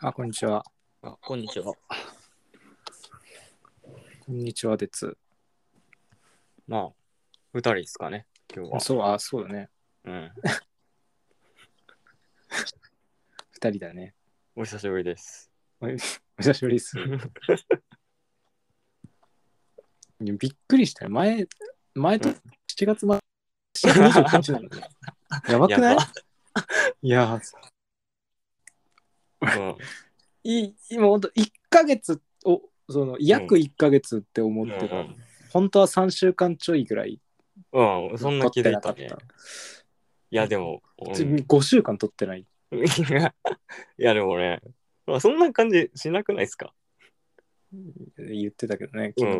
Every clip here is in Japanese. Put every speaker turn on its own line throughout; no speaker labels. あ、こんにちは。
あ、こんにちは。
こんにちは、です。
まあ、二人ですかね、今日は
あ。そう、あ、そうだね。
うん。
二人だね。
お久しぶり です。
おお久しぶりです。いやびっくりしたよ。前、前と
うん
7月ま、7月29日なんだねやばくない
やば
いや、
うん
い今本当1ヶ月を、その約1ヶ月って思
う
ってた。
ん
本当は3週間ちょいぐらい。
うん。うん、そんな気づいた
取
ね
ってな。か
いや、でも、う
った。
ん、い
5週間取ってない。
や、いやでもね、まあ、そんな感じしなくないですか
言ってたけどね、
う
昨日。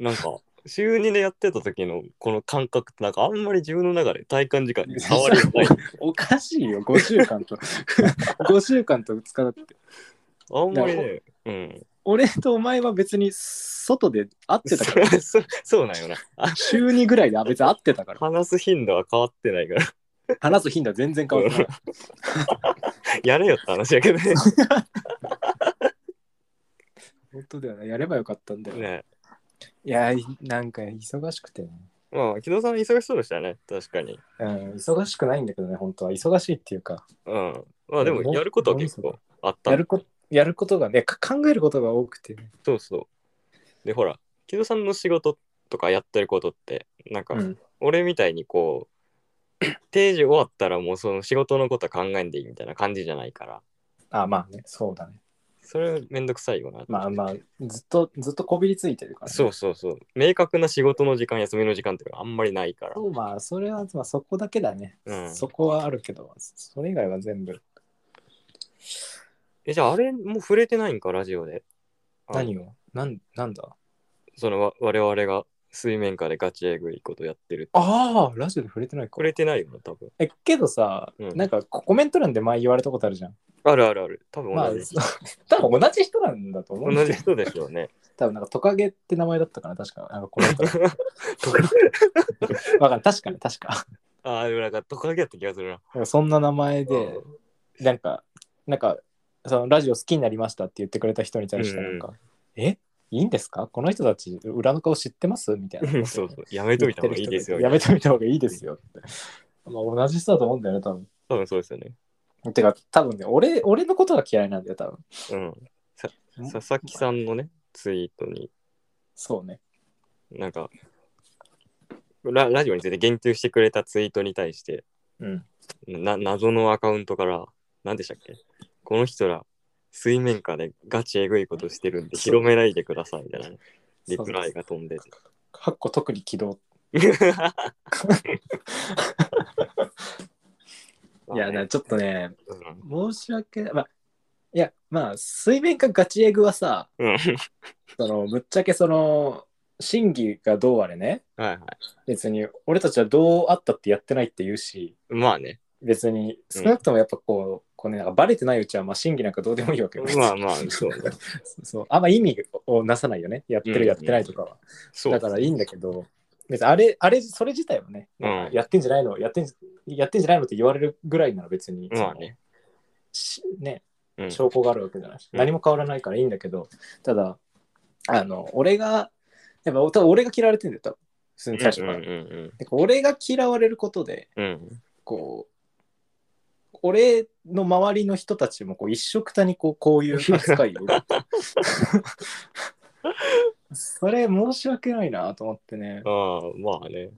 ん。なんか、週2でやってた時のこの感覚って、なんかあんまり自分の中で体感時間に触り がない。
おかしいよ、5週間と。5週間と2日だって。
あんまりね、うん。
俺とお前は別に外で会ってたから、
そそそうなんよな。あ
週2ぐらいで別に会ってたから、
話す頻度は変わってないから。
話す頻度は全然変わってない。
やれよって話やけど ね。
本当だよね、やればよかったんだよ。
ね
いや、いなんか忙しくてね。
まあ、木戸さん忙しそうでしたね、確かに。
うん、忙しくないんだけどね、本当は。忙しいっていうか、
うん。まあ、でも、やることは結構あった
や。るこやることがね、か考えることが多くてね、
そうそう。で、ほら、木戸さんの仕事とかやってることって、なんか
う、ん。
俺みたいにこう、 定時終わったらもうその仕事のことは考えんでいいみたいな感じじゃないから、
あ、まあね、そうだね。
それめんどくさいよな。
まあまあ、ずっと、ずっとこびりついてるから、ね。
そうそうそう。明確な仕事の時間、休みの時間っていうのはあんまりないから。
そうまあ、それは、まあ、そこだけだね、
うん
そこはあるけど、それ以外は全部。
え、じゃああれもう触れてないんか、ラジオで。あの
何をなんなんだ
そのわ我々が水面下でガチエグいことやってる。
ああ、ラジオで触れてないか
触。れてないよな、多分。
え、けどさ、
うん
なんかコメント欄で前言われたことあるじゃん。
あるあるある。多分
まあ
同じ、。
多分同じ人なんだと思うん
同
だ
じ
けど。
人でしょうね。
多分なんかトカゲって名前だったかな、確か。なんかコメント欄
トカゲ
わかんない確かに確か。
ああ、でもなんかトカゲやった気がするな。
なんかそんな名前で
う、ん
なんか、なんか、そのラジオ好きになりましたって言ってくれた人に対してなんか、えいいんですかこの人たち裏の顔知ってますみたいな。
うんそうそう。やめといた方がいいですよ。
やめといた方がいいですよって。まあ同じ人だと思うんだよね、多分。
多分そうですよね。
てか、多分ね、俺、俺のことが嫌いなんだよ、多分。
うん。さ佐々木さんのね、ツイートに、
そうね。
なんか、ララジオについて言及してくれたツイートに対して、
うん。
な謎のアカウントから、何でしたっけこの人ら、水面下でガチエグいことしてるんで広めないでくださいみたいなねリプライが飛んでて。
8個特に起動。いや、なちょっとね、
うん
申し訳ない。まあ、いや、まあ、水面下ガチエグはさ、
うん。はい
その ぶっちゃけその、審議がどうあれね、
はい。
別に俺たちはどうあったってやってないって言うし、
まあね。
別に少なくともやっぱこう、こうね、なんかバレてないうちは、まあ、審議なんかどうでもいいわけよ。
まあまあ、そうね。
そうあんま意味をなさないよね、やって
う
る、
ん
やってないとかは。
そう。
だからいいんだけど、別にあれ、あれ、それ自体はね、
うん
やってんじゃないの、やってん、やってんじゃないのって言われるぐらいなら別に、
まあね。
しね、
うん
証拠があるわけじゃないし、
うん
何も変わらないからいいんだけど、ただ、あの、俺が、やっぱ多分俺が嫌われてんだよ、多分普通に最初から。
うんうん
でこう俺が嫌われることで、
うんうん。
こう、俺の周りの人たちもこう一緒くたにこうこういう扱いを 受けてそれ申し訳ないなと思ってね
ああ、まあね。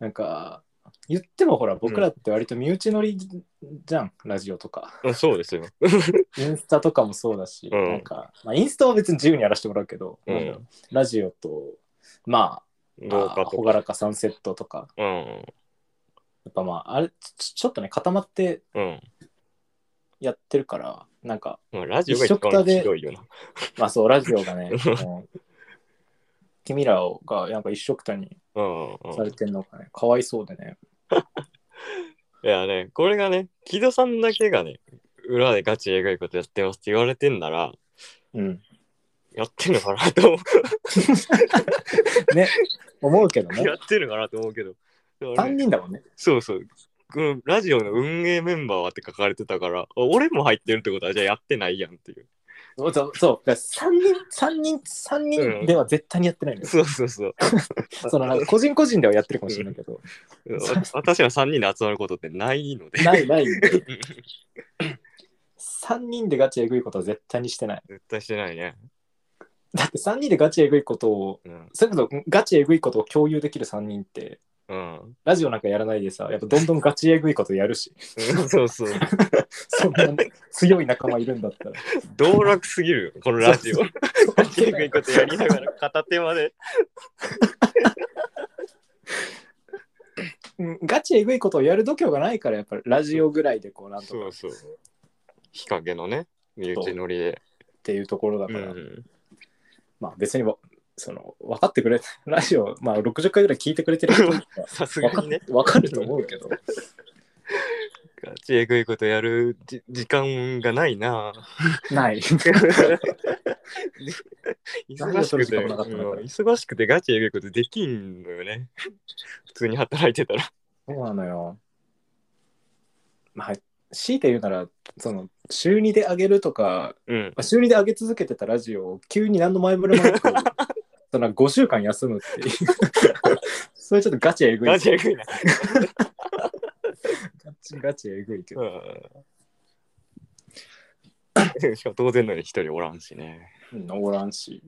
なんか言ってもほら僕らって割と身内乗りじゃん、ラジオとか
うんそうですよ。
インスタとかもそうだし、
うん
なんか、まあ、インスタは別に自由にやらせてもらうけど、
うん
なんだろうラジオと、まあ、
どう
あ
か
ほ
と
が
か。
らかサンセットとか、
うん。
やっぱまあ、あれち、ちょっとね、固まって
うん。
やってるから、なんか、
まあ、ラジオが一番ひどいよな。
まあそう、ラジオが ね、もう君らをが、なんか一緒くたに
うんうん。
されてるのがね、かわいそうでね。
いやね、これがね、木戸さんだけがね、裏でガチえぐいことやってますって言われてんなら、
うん。
やってんのかなと思
ね、思うけど
う。や
ね。
ってんのかなと思うけど。でも
3
ね
人だもんね。
そうそう。うんラジオの運営メンバーはって書かれてたから、あ俺も入ってるってことは、じゃあやってないやんっていう。
そうそうそうだから3人三人三人では絶対にやってないのよ、
そうそうそう。
そのなんか個人個人ではやってるかもしれないけど、
わ 私ら3人で集まることってないので、
ない ないんで3人でガチえぐいことは絶対にしてない
絶対してないね。
だって3人でガチえぐいことを
うん。
それこそガチえぐいことを共有できる3人って
うん。
ラジオなんかやらないでさやっぱどんどんガチえぐいことやる し
そうそう。
そんな強い仲間いるんだったら
道楽すぎるよ、このラジオ。ガチエグいことやりながら片手まで。
うんガチえぐいことをやる度胸がないからやっぱラジオぐらいでこうなんとか
そうそう。日陰のね、身内乗りで。
っていうところだから、
うん
まあ別にわその分かってくれ ラジオ、まあ、60回ぐらい聞いてくれてる人は
さすが
分か
にね、
分かると思うけ ど
ガチエグいことやるじ時間がないな。
ない
忙しくて、
何をする時間もなかったの
うん忙しくてガチエグいことできんのよね。 普通に働いてたら。
そうなのよ。まあ、強いて言うなら、その、週2で上げるとか、
うん。
まあ週2で上げ続けてたラジオを急に何の前触れもなく、 その5週間休むっていう。 それちょっとガチえぐい。
ガチエグいな。
ガチガチえぐいけど。
うんしかも当然のように一人おらんしね。
うん、おらんし。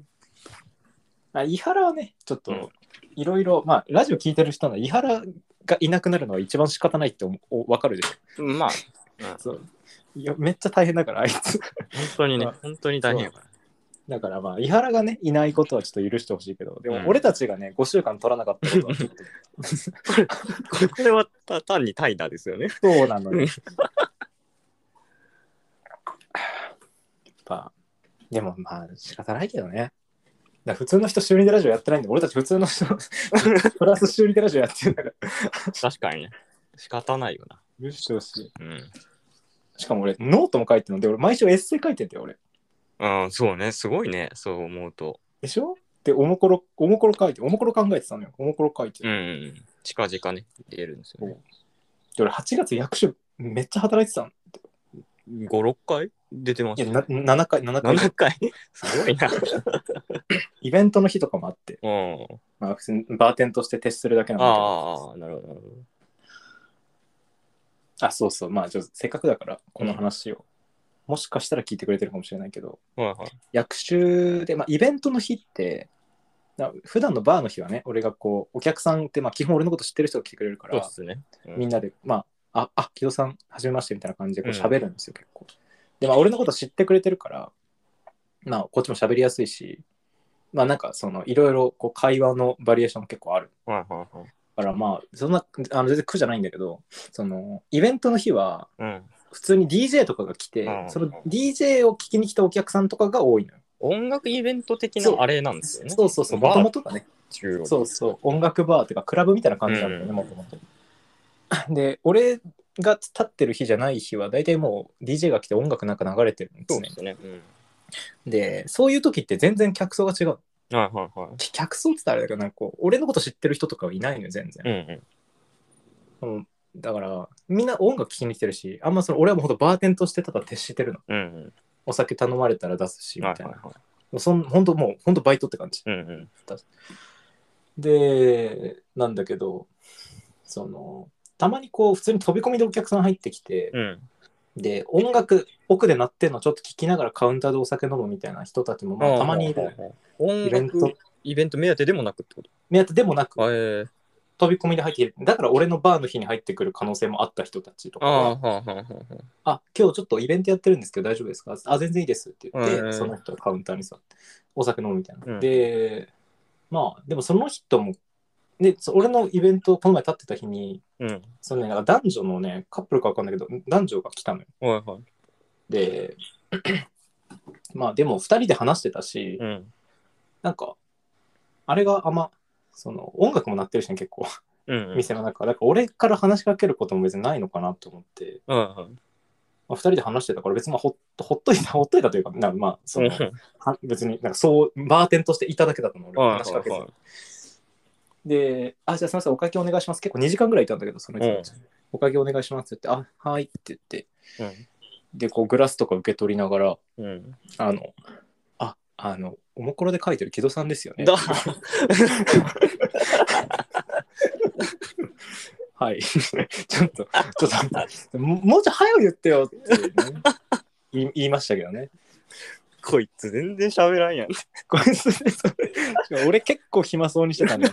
あ、伊原はね、ちょっ
うん
と、いろいろ、まあ、ラジオ聞いてる人の伊原がいなくなるのは一番仕方ないって思うお分かるでしょ。
まあ、
そういやめっちゃ大変だから、あいつ。
本当にね
まあ、
本当に大変やから。
だからまあ、伊原がね、いないことはちょっと許してほしいけど、で
う
も
ん
俺たちがね、5週間取らなかったことは ちょっと、
これこれはた単に怠惰ですよね。
そうなの
うん
よ。やっぱ、でもまあ、仕方ないけどね。だから普通の人、修理でラジオやってないんで、俺たち普通の人、 プラス修理でラジオやってるんだから、
確かにね。仕方ないよな。
許してほしい。
うん。
しかも俺、ノートも書いてるので、俺、毎週エッセイ書いてんだよ、俺。
うん、そうね。すごいね。そう思うと。
でしょで、おもころ、おもころ書いて、おもころ考えてたのよ。おもころ書いて
う。ん。近々ね、出るんですよね。
で、俺、8月役所、めっちゃ働いてたの。
5、6回出てま
い
す
や、
ね。
な7回、7回。
7回 すごいな。
イベントの日とかもあって、
うん。
まあ、普通にバーテンとして徹するだけなんだけど、
ああ、なるほど、なるほど。
あそうそう、まあ、ちょっとせっかくだから、この話を、もしかしたら聞いてくれてるかもしれないけど、
はいはい。
役習で、まあ、イベントの日って、な普段のバーの日はね、俺がこう、お客さんって、まあ、基本俺のこと知ってる人が来てくれるか
そうっ
ら、
すね。う
みんなで、まあ、あ、あ、木戸さん、はじめましてみたいな感じでこう
うん
喋るんですよ、結構。で、まあ、俺のこと知ってくれてるから、まあ、こっちも喋りやすいし、まあ、なんか、その、いろいろ、こう、会話のバリエーションも結構ある。
はいはいはい。
だからまあそんなあの全然苦じゃないんだけどそのイベントの日は
うん。
普通に DJ とかが来て、
うん
その DJ を聞きに来たお客さんとかが多いのよ。
音楽イベント的
そう
なあれなんですよね。
そうそうそう、
バ
も
ー
ともとがね、
中国。
そうそう、音楽バーとかクラブみたいな感じなんだよね、
うん
もともと。 で、俺が立ってる日じゃない日は、大体もう DJ が来て音楽なんか流れてるんで
そ
す
う
ね
で。すね。うん。
で、そういう時って全然客層が違う。
はいはいはい。
き客層って言ったらあれだけど、なんかこう、俺のこと知ってる人とかはいないのよ、全然
う。んうん。
うん、だからみんな音楽聴きに来てるしあんまその俺はもうほんとバーテンとしてただ徹してるの
うん
お酒頼まれたら出すし
うん。
み
は
たい
い
な、
はい
も
は
うそんほんともうほんとバイトって感じ
い。うんうん。
でなんだけどそのたまにこう普通に飛び込みでお客さん入ってきて、
うん。
で音楽奥で鳴ってんのちょっと聞きながらカウンターでお酒飲むみたいな人たちもまあたまにいる。
音
イベント
楽イベント目当てでもなくってこ
目当てでもなく
とあえー
飛び込みで入ってきてだから俺のバーの日に入ってくる可能性もあった人たちとか
ああ、はあはあは
あ、今日ちょっとイベントやってるんですけど大丈夫ですかあ、全然いいですって言って、
うんうん
その人がカウンターに座って、お酒飲むみたいな。
うん
で、まあ、でもその人も、で、そ俺のイベント、この前立ってた日に、
あ。うん。
そのね、なんか男女のね、カップルかわかんないけど、男女が来たのよ。
はいはい。
で、まあ、でも2人で話してたし、
うん。
なんか、あれがあんま、その音楽も鳴ってるしね、結構、
うん。
店の中。だから俺から話しかけることも別にないのかなと思って。
うん。うん
まあ、2人で話してたから別にまあほっほっといた ほっといたというかなまあそのは別になんかそうバーテンとしていただけだったの俺
はい
話しかけ
はいは
てで「あじゃあすみませんお会計お願いします」結構2時間ぐらいいたんだけどその人たち、おかげお願いしますって言って、あ、はいって言って、
うん。
で、こうグラスとか受け取りながら、
うん。
あの、あ、あの、おもころで書いてる木戸さんですよね。
だ
はい。 ちょっと、ちょっと、ももうちょい早く言ってよっていうね、言い言いましたけどね。
こいつ全然喋らん やん。
こいつねそれ俺結構暇そうにしてたね。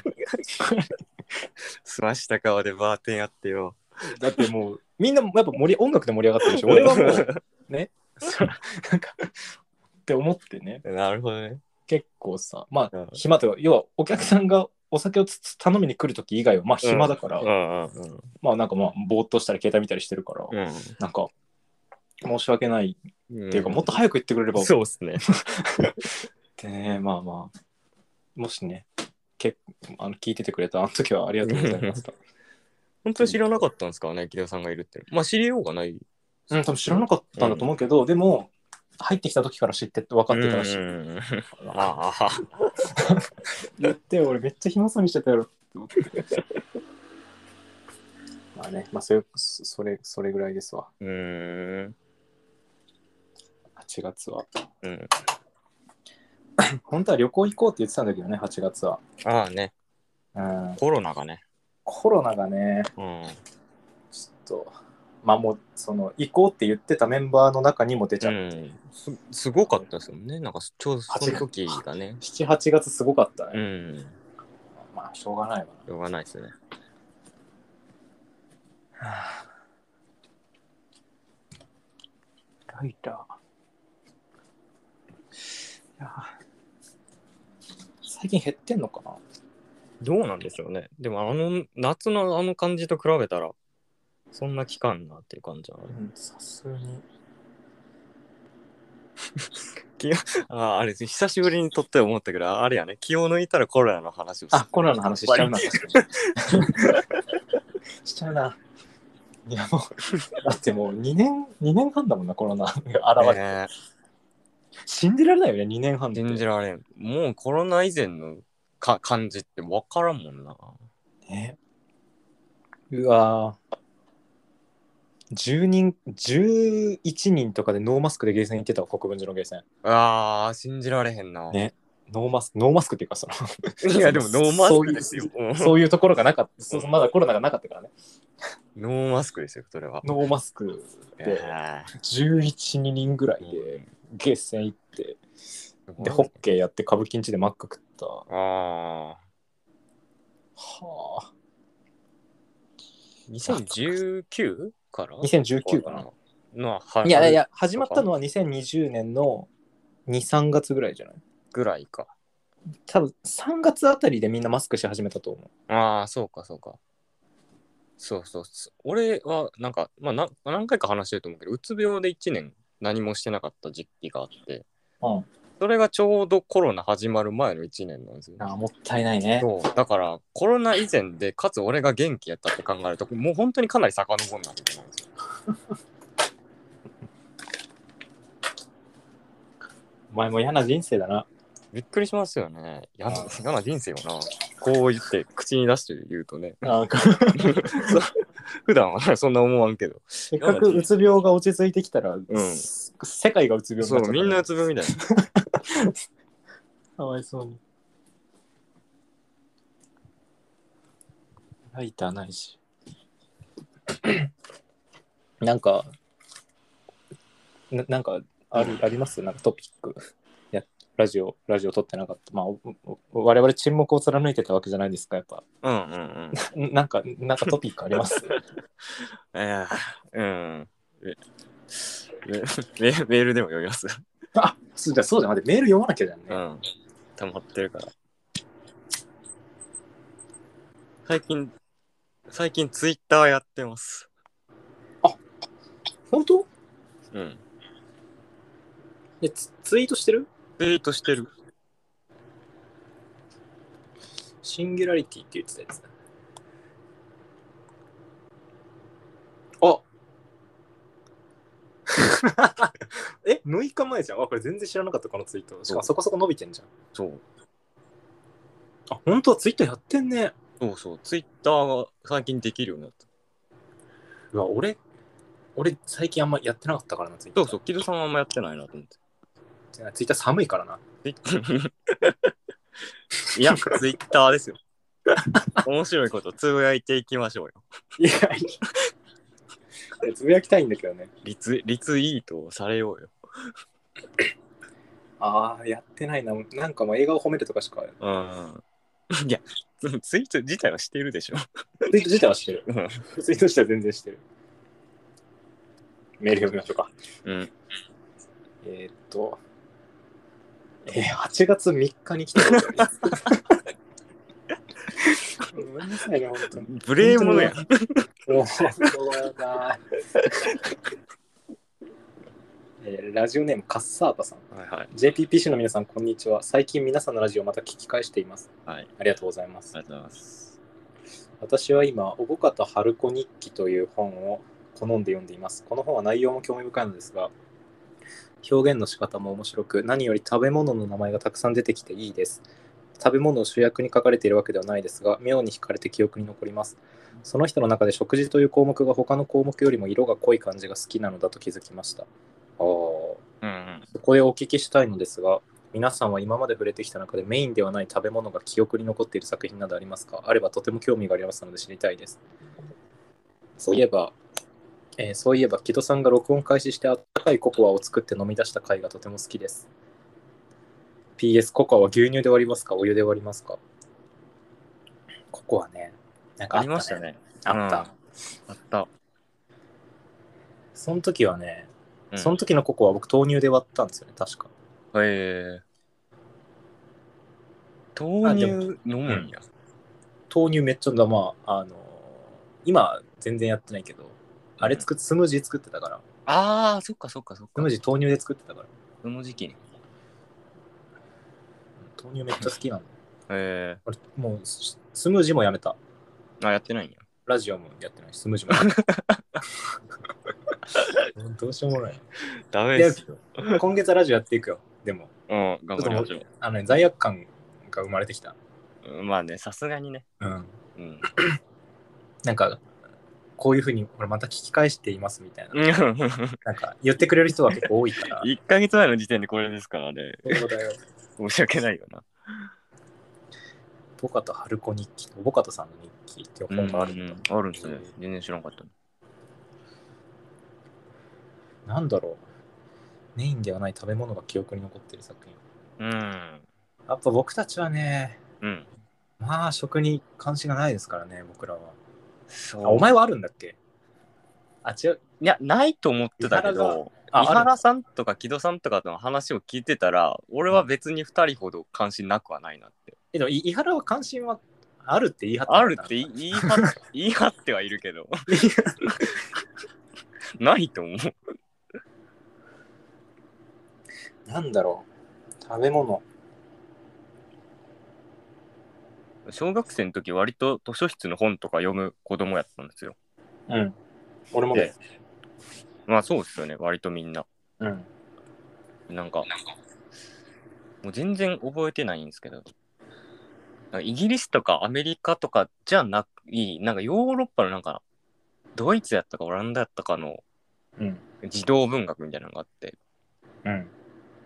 澄ました顔でバーテンやってよ。
だってもう、みんなやっぱ盛り音楽で盛り上がってるでしょ。俺はもう、ね、そらなんか、って思ってね、
なるほどね。
結構さ、ま
うん
あ、暇というか、要はお客さんがお酒をつつ頼みに来るとき以外は、まあ暇だから、
うんうん
まあなんかまあ、ぼーっとしたり携帯見たりしてるから、
うん。
なんか、申し訳ない
うん。
っていうか、もっと早く言ってくれればっ
そうっすね。
てね、まあまあ、もしね、結あの聞いててくれたあの時はありがとうございました。
本当に知らなかったんですからね、木田さんがいるって。まあ知りようがない。
うん、多分知らなかったんだと思うけど、でも、入ってきた時から知ってって分かってたらしい。
うんうんうんああ。
言って、俺めっちゃ暇そうにしてたやろって思って。 まあね、まあそれ、そそれ、それぐらいですわ。
うーん。
8月は。
うん。
本当は旅行行こうって言ってたんだけどね、8月は。
ああね、
うん、
コロナがね。
コロナがね、
うん。
ちょっと、まあもう、その、行こうって言ってたメンバーの中にも出ちゃ
う
う。
ん、すすごかったですよね。なんかちょうどその時がね。
7、8月すごかった
う
ね。
ん。
まあ、しょうがないわ
しょうがないですね。
な。ライター。いや最近減ってんのかな
どうなんでしょうね。でもあの夏のあの感じと比べたら、そんな期間なっていう感じはある。
うん、さすがに。
ああ、あれ、久しぶりに撮って思ったけど、あれやね、気を抜いたらコロナの話をする
あ、コロナの話しちゃうな、確かに。 しちゃうな。いや、もう、だってもう2年、2年半だもんな、コロナが 現れて。
ね
信じられないよね、2年半
え
で。
信
ね
じられん。もうコロナ以前のか感じって分からんもんな。
うわぁ10人、11人とかでノーマスクでゲーセン行ってたわ、国分寺のゲーセン。
ああ、信じられへんな。
ねノーマスク、ノーマスクっていうか、その、
いや、でもノーマスクですよ。 うん
そういうところがなかった、そうまだコロナがなかったからね。
ノーマスクですよ、それは。
ノーマスクで
ええ
11、2人ぐらいでゲーセン行って、で、ホッケーやって、歌舞伎んちでマック食った。は
ああ。
あ。
2019から
2019かな。
のはい
やいや、始まったのは2020年の2、3月ぐらいじゃない
ぐらいか。
多分3月あたりでみんなマスクし始めたと思う。
ああ、そうか、そうか。そうそうそう。俺は、なんか、まあな、何回か話してると思うけど、うつ病で1年何もしてなかった時期があって、
うん
それがちょうどコロナ始まる前の1年なんですよ。
ああ、もったいないね。
そうだからコロナ以前でかつ俺が元気やったって考えるともう本当にかなり遡んなきゃいけないんですよ。
お前も嫌な人生だな。
びっくりしますよね。やな
うん。
嫌な人生よな。こう言って口に出して言うとね
なんか
普段はそんな思わんけど。
せっかくうつ病が落ち着いてきたら、
ん
す世界がうつ病に
そ
なっちゃ
う、みんなうつ病みたいな。
かわいそうに。ライターないし。 なんか、ななんかありありますなんかトピック。いや、ラジオ、ラジオ撮ってなかった。まあ、おお我々沈黙を貫いてたわけじゃないですか、やっぱ。
うんうんうん。
んなんか、なんかトピックあります
ええうん。えメメメールでも読みます。
あそうじゃそうじゃん、待って、メール読まなきゃじゃんね。
うん。溜まってるから。最近、最近ツイッターやってます。
本当
うん。
えツ、ツイートしてる
ツイートしてる。
シンギュラリティって言ってたやつだ。あ え、6日前じゃん。あ、これ全然知らなかった、このツイート。しかもそこそこ伸びてんじゃん。
そう。
あ、本当はツイッターやってんね。
そうそう。ツイッターが最近できるようになった。
うわ、俺、俺、最近あんまやってなかったからな、ツイッタ
そ
ー。
うそう、木戸さんはあんまやってないなと思 って。
ツイッター寒いからな。
ツイッターいや、ツイッターですよ。面白いことつぶやいていきましょうよ。
いや、つぶや きたいんだけどね。
リツリツイートをされようよ。
ああ、やってないな。なんかもう映画を褒めるとかしか。
うん。いや、 つツイート自体はしてるでしょ。
ツイート自体はしてる。
うん
ツイート自体は全然してる。メール読みましょうか。
うん。
えーっと、えー、8月3日に来たことです。ごめんなさいね、本当に。
無礼者やん。
もう、ごめんなさい えーラジオネームカッサータさん。
はいはい。
JPPC の皆さん、こんにちは。最近皆さんのラジオをまた聞き返しています。
はい。
ありがとうございます
ありがとうございます。
私は今、小保方春子日記という本を好んで読んでいます。この本は内容も興味深いのですが、表現の仕方も面白く、何より食べ物の名前がたくさん出てきていいです。食べ物を主役に書かれているわけではないですが、妙に惹かれて記憶に残ります。その人の中で食事という項目が他の項目よりも色が濃い感じが好きなのだと気づきました。ああ。
うんうん。
そこでお聞きしたいのですが、皆さんは今まで触れてきた中でメインではない食べ物が記憶に残っている作品などありますかあればとても興味がありますので知りたいです。そういえば、えーそういえば、木戸さんが録音開始してあったかいココアを作って飲み出した回がとても好きです。PS、ココアは牛乳で割りますかお湯で割りますかココアね、なんか
あ
あっ
り
た、
ました。ね。
あった。
うんあった。
その時はね、
うん
その時のココアは僕豆乳で割ったんですよね、確か。
へえ豆乳飲むんや。
豆乳めっちゃ飲んだまああのー今全然やってないけどあれ作っスムージー作ってたから
ああ、そっかそっかそっ
ス
か。
ムージー豆乳で作ってたから
その時期に。
豆乳めっちゃ好きなの
へえ
俺もうススムージーもやめた
あ、やってないんや。
ラジオもやってないしスムージーもやめ たもうどうしようもない
ダメですよ。
今月はラジオやっていくよでも
うん、頑張りましょ
あの、ね、罪悪感が生まれてきた
ううん。まあね、さすがにね。
うん
うん。
なんかこういうふうに俺また聞き返していますみたいな、
1
なんか言ってくれる人が結構多いから
ヶ月前の時点でこれですからね。
そうだよ
申し訳ないよな。
ボカと春子日記とボカとさんの日記っていう本があるんだ、
うんあるんですね。全然知らんかった。
なんだろうメインではない食べ物が記憶に残ってる作品
うん。
やっぱ僕たちはね
うん。
まあ食に関心がないですからね僕らは
そ
あお前はあるんだっけあ違う
いや、ないと思ってたけ
井原
ど、
あ
井
あ
原さんとか木戸さんとかの話を聞いてたら、俺は別に2人ほど関心なくはないなって。
えでもい井原は関心はあるって言い張って
あるって言い言い張っ 言い張ってはいるけ ど、ないと思う。
なんだろう食べ物
小学生の時割と図書室の本とか読む子供やったんですよ。
うん俺もね
まあそうですよね、割とみんな。
うん
なんか、もう全然覚えてないんですけど、なんかイギリスとかアメリカとかじゃない、なんかヨーロッパのなんか、ドイツやったかオランダやったかの
うん
児童文学みたいなのがあって、
うん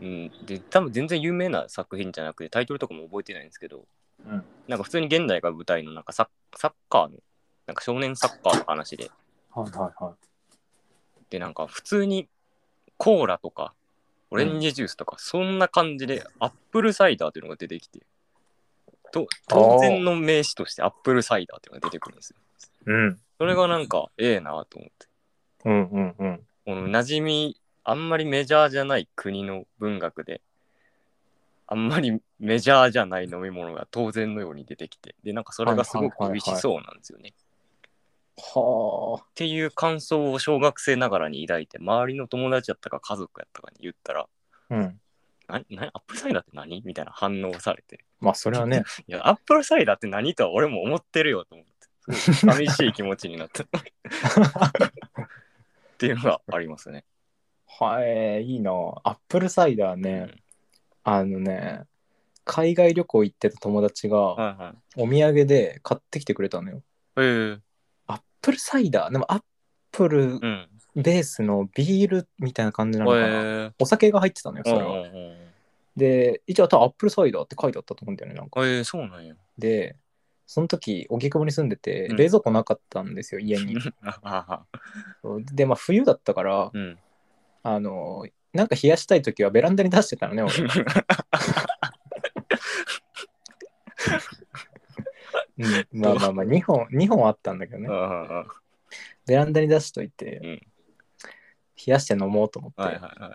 うん、で、多分全然有名な作品じゃなくて、タイトルとかも覚えてないんですけど、
うん
なんか普通に現代が舞台のなんかサッサッカーの、なんか少年サッカーの話で、
はいはいはい
でなんか普通にコーラとかオレンジジュースとか、そんな感じでアップルサイダーっていうのが出てきてと当然の名詞としてアップルサイダーっていうのが出てくるんですよ
うん
それがなんかええなと思って
うんうんうん
この馴染みあんまりメジャーじゃない国の文学であんまりメジャーじゃない飲み物が当然のように出てきてでなんかそれがすごく美味しそうなんですよね
は
っていう感想を小学生ながらに抱いて周りの友達やったか家族やったかに言ったら
あうん
ななアップルサイダーって何みたいな反応をされて、
まあそれは ね
いや、アップルサイダーって何とは俺も思ってるよと思って、 すごい寂しい気持ちになった。っていうのがありますね。
はい、いいな。アップルサイダー
う
ね、
ん
あのね、海外旅行行ってた友達が
はいはい。
お土産で買ってきてくれたのよ。
え
アップルサイダーでもアップル
うん。
ベースのビールみたいな感じなのかな、
え
お酒が入ってたのよ
ー、
それは、で一応多分アップルサイダーって書いてあったと思うんだよねなんか
うんうんうんえー、そうなんや。
でその時荻窪に住んでて
うん
冷蔵庫なかったんですよ、家 に
あはは。
そうでまあ冬だったから
うん。
あのなんか冷やしたい時はベランダに出してたのね 俺うんまあまあまあ2本2本あったんだけどね
あ
ベランダに出しといて、
うん
冷やして飲もうと思って、
はいはいはい。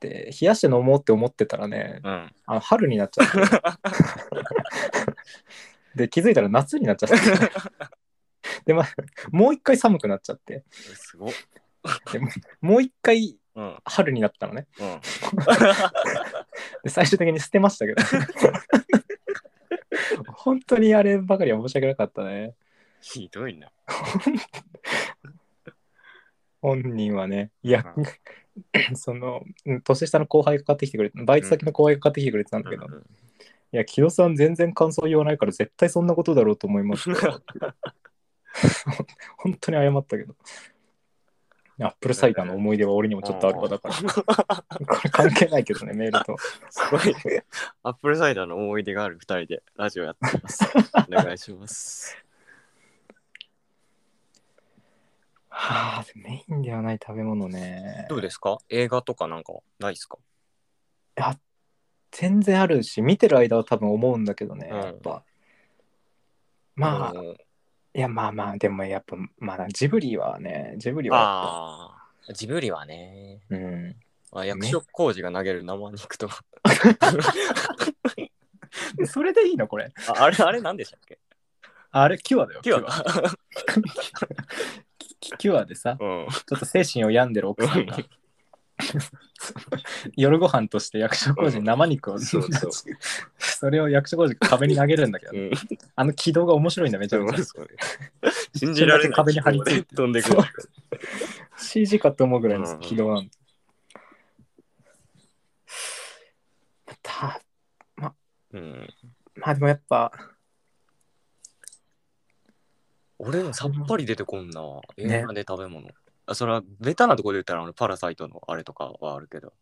で冷やして飲もうって思ってたらね
うん。
あの春になっちゃって で気づいたら夏になっ ちゃってで、まあ、もう一回寒くなっちゃって
すごっ。
もう一回
うん。うん。
春になったのねで最終的に捨てましたけど本当にあればかりは申し訳なかったね
ひどいな。
本人はねいうやそのうん年下の後輩が買ってきてくれてバイト先の後輩が買ってきてくれてたんだけど、
うん
いや、木戸さん全然感想言わないから絶対そんなことだろうと思い ますよ。本当に謝ったけど。アップルサイダーの思い出は俺にもちょっとあるわだから。これ関係ないけどね、メールと。
すごい。 アップルサイダーの思い出がある二人でラジオやって ます。お願いします。
はあ、メインではない食べ物ね。
どうですか映画とかなんかないですか
いや、全然あるし、見てる間は多分思うんだけどね、
うん
やっぱ。まあ、
うん
いや、まあまあ、でもやっぱ、まあ、ジブリはね、ジブリはやっぱ。
ああ。ジブリはね。
うん。
あ役所広司が投げる生肉とか。
それでいいのこれ。
ああれ、あれなんでしたっ け
あれ、キュアだよ。
キュアか。
キュアでさ、
うん。
ちょっと精神を病んでる奥さんが
うん。
夜ご飯として役所工事に生肉を、
うん
そ
そうそう
れを役所工事が壁に投げるんだけど、
うん
あの軌道が面白いんだめちゃめちゃ
そう信じられない。
壁に張り付いて
飛んでく
そう
る。
CG かと思うぐらいの
うん
軌道なんだ、た
うん、
まあでもやっぱ
俺もさっぱり出てこんな
ね
映画で食べ物、あそれはベタなとこで言ったら俺パラサイトのあれとかはあるけど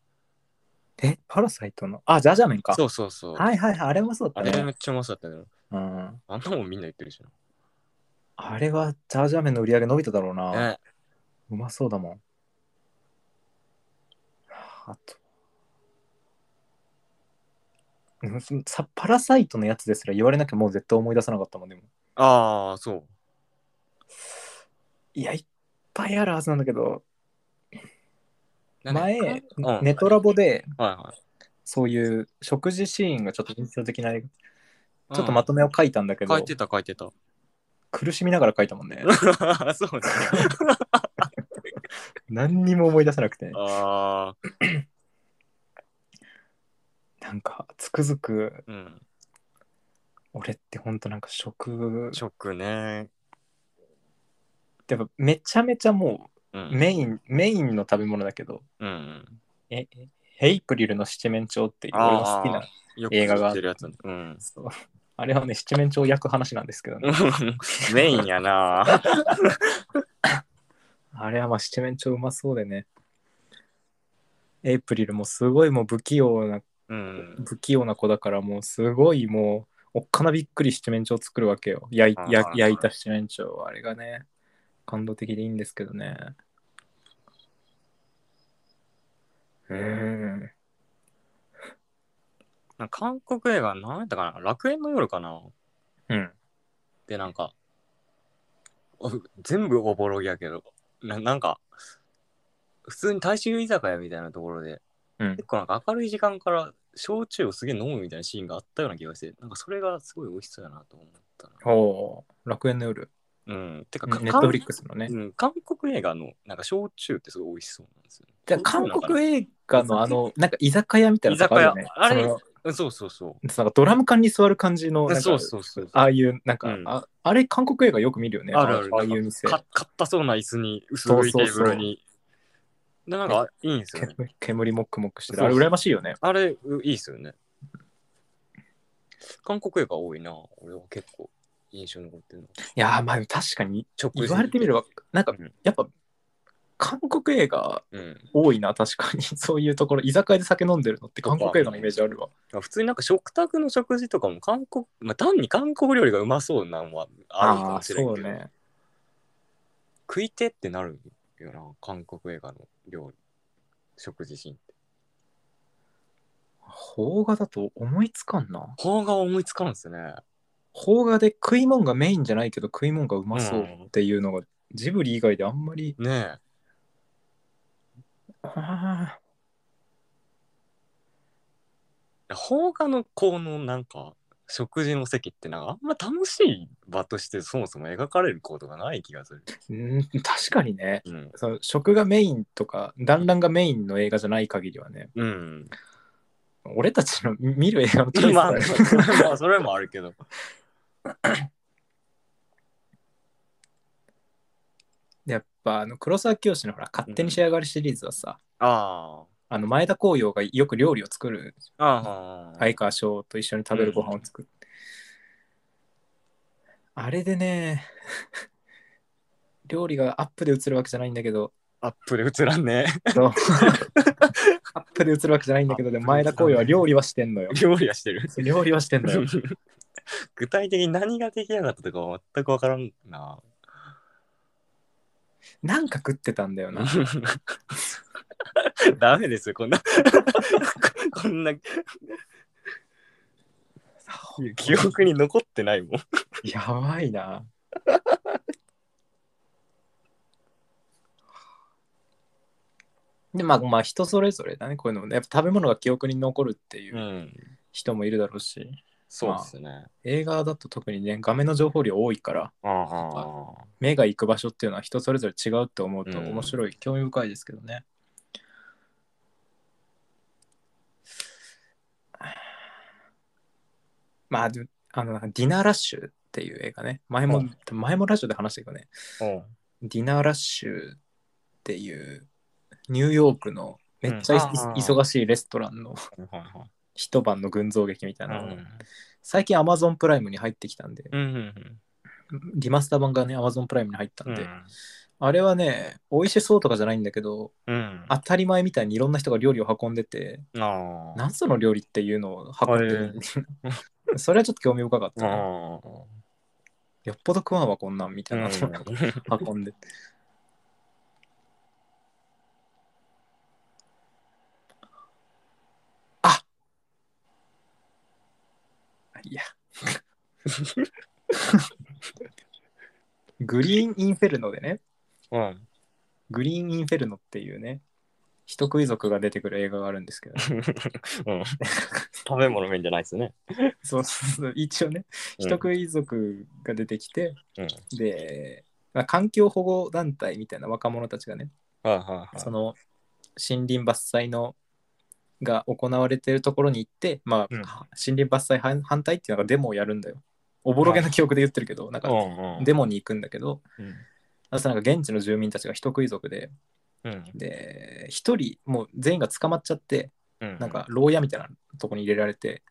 えパラサイトのあジャージャー麺か
そうそうそう、
はいはいはいあれもそうだ
あ
った
れめ
ね
っちゃうまそうだったけど
うん、
あんなもんみんな言ってるし
あれはジャージャー麺の売り上げ伸びただろうな、
な、ね、
うまそうだもん。あと。うんそのさパラサイトのやつですら言われなきゃもう絶対思い出さなかったもんでも。
ああそう
いや、いっぱいあるはずなんだけど、
なんか
前、
うん、
ネトラボで
はいはい
そういう食事シーンがちょっと印象的な映
う
画、
ん
ちょっとまとめを書いたんだけど、
書いてた書いてた
苦しみながら書いたもん ね。
そうね
何にも思い出せなくて、
ああ
なんかつくづく
うん
俺ってほんとなんか食、
ショックね
やっぱめちゃめちゃも
う
うんメイン、メインの食べ物だけど、
うんうん
え、えヘイプリルの七面鳥っていう俺の好き
あ
な
ーよく
映画が
知ってるやつねうん
そうあれはね、七面鳥を焼く話なんですけどね。
メインやな
あれはまあ七面鳥うまそうでね。エイプリルもすごいもう不器用な、
うん
不器用な子だからもうすごいもう、おっかなびっくり七面鳥作るわけよ。焼い
あー
焼焼いた七面鳥。あれがね、感動的でいいんですけどね。うーん。
なんか韓国映画何やったかな楽園の夜かな
うん。
でなんかお全部おぼろげやけどななんか普通に大衆居酒屋みたいなところで
うん
結。構なんか明るい時間から焼酎をすげえ飲むみたいなシーンがあったような気がしてなんかそれがすごい美味しそうやなと思ったな
ほう。楽園の夜。
うんてかか
ネットフリック
ス
スのね。
うん、韓国映画のなんか焼酎ってすごい美味しそうなんですよね、
じゃあ韓国映画のあの、なんか居酒屋みたいなとこあるよね
居酒。屋あれ
その
うんそうそうそ
なんかドラム缶に座る感じの、
う
なんか
そうそうそう
ああいう、なんか、
うん
あ、あれ韓国映画よく見るよね。
あるある
ああいう店。
か買ったそうな椅子に薄いテーブルにでなんかいいんですよね
煙煙もくもくしてる。
そ
あ
う
れ
そう
羨ましいよね。
あれ、ういいっすよね。韓国映画多いな。俺は結構印象に残ってるの。
いやー、まあ確かに
直
言われてみれば、なんか
うん
やっぱ韓国映画
うん。
多いな、確かに。 そういうところ、居酒屋で酒飲んでるのって韓国映画のイメージあるわ。
普通になんか食卓の食事とかも韓国、まあ、単に韓国料理がうまそうなんはあるかもしれん
そう
けど、
ね。
食いてってなるよな、韓国映画の料理、食事シーンって。
邦画だと思いつかんな。
邦画は思いつかんですね。
邦画で食い物がメインじゃないけど食い物がうまそうっていうのが、ジブリ以外であんまり。
ね
あ
え。邦画のこのなんか、食事の席ってなんかあんま楽しい場としてそもそも描かれることがない気がする。
ーうん確かにね。
うん。
その食がメインとか団らんがメインの映画じゃない限りはね
うん。
俺たちの見る映画のチョイス
まあ、
だ
ま
よ
あまあそれもあるけど。
やっぱあの黒沢清のほら勝手に仕上がりシリーズはさ、
あ
あの前田光陽がよく料理を作る
あ。ああ。
相川翔と一緒に食べるご飯を作る、あれでね 料理がアップで映るわけじゃないんだけど
アップで映らんね。
そう アップで映るわけじゃないんだけどでも前田光陽は料理はしてんのよ
料理はしてる。
料理はしてんのよ
具体的に何が出来上がったとかは全く分からんな。
なんか食ってたんだよな
ダメですよ、こんな。 こんな記憶に残ってないもん。
やばいな。でまあまあ人それぞれだねこういうのもねやっぱ食べ物が記憶に残るっていう
うん。
人もいるだろうし、
そうですね。
映画だと特にね画面の情報量多いから
ああ。
目が行く場所っていうのは人それぞれ違うって思うと
うん
面白い、興味深いですけどね。まあでもあのディナーラッシュっていう映画ね前も、前もラジオで話したけどね
うん。
ディナーラッシュっていうニューヨークのめっちゃい、
うんあー
忙しいレストランの一晩の群像劇みたいなのが、最近 Amazon プライムに入ってきたんで、
うん。
リマスター版がね Amazon プライムに入ったんで、あれはね美味しそうとかじゃないんだけど
うん。
当たり前みたいにいろんな人が料理を運んでて
あ
何その料理っていうのを運んでる、 それはちょっと興味深かったね、
あ。
よっぽど食わんわこんなんみたいな、運んであいやグリーンインフェルノでね
うん。
グリーンインフェルノっていうね人食い族が出てくる映画があるんですけど、
食べ物面じゃないですね。
そうそうそう一応ね人食い族が出てきて、
うん
で、まあ、環境保護団体みたいな若者たちがね
はいはい
その森林伐採のが行われてるところに行って、まあ
うん
森林伐採反反対っていうのがデモをやるんだよ。おぼろげな記憶で言ってるけど、なんか
はい。
デモに行くんだけど、
うん
あとなんか現地の住民たちが人食い族で、
うん。
で、一人もう全員が捕まっちゃって、
うん。
なんか牢屋みたいなとこに入れられて、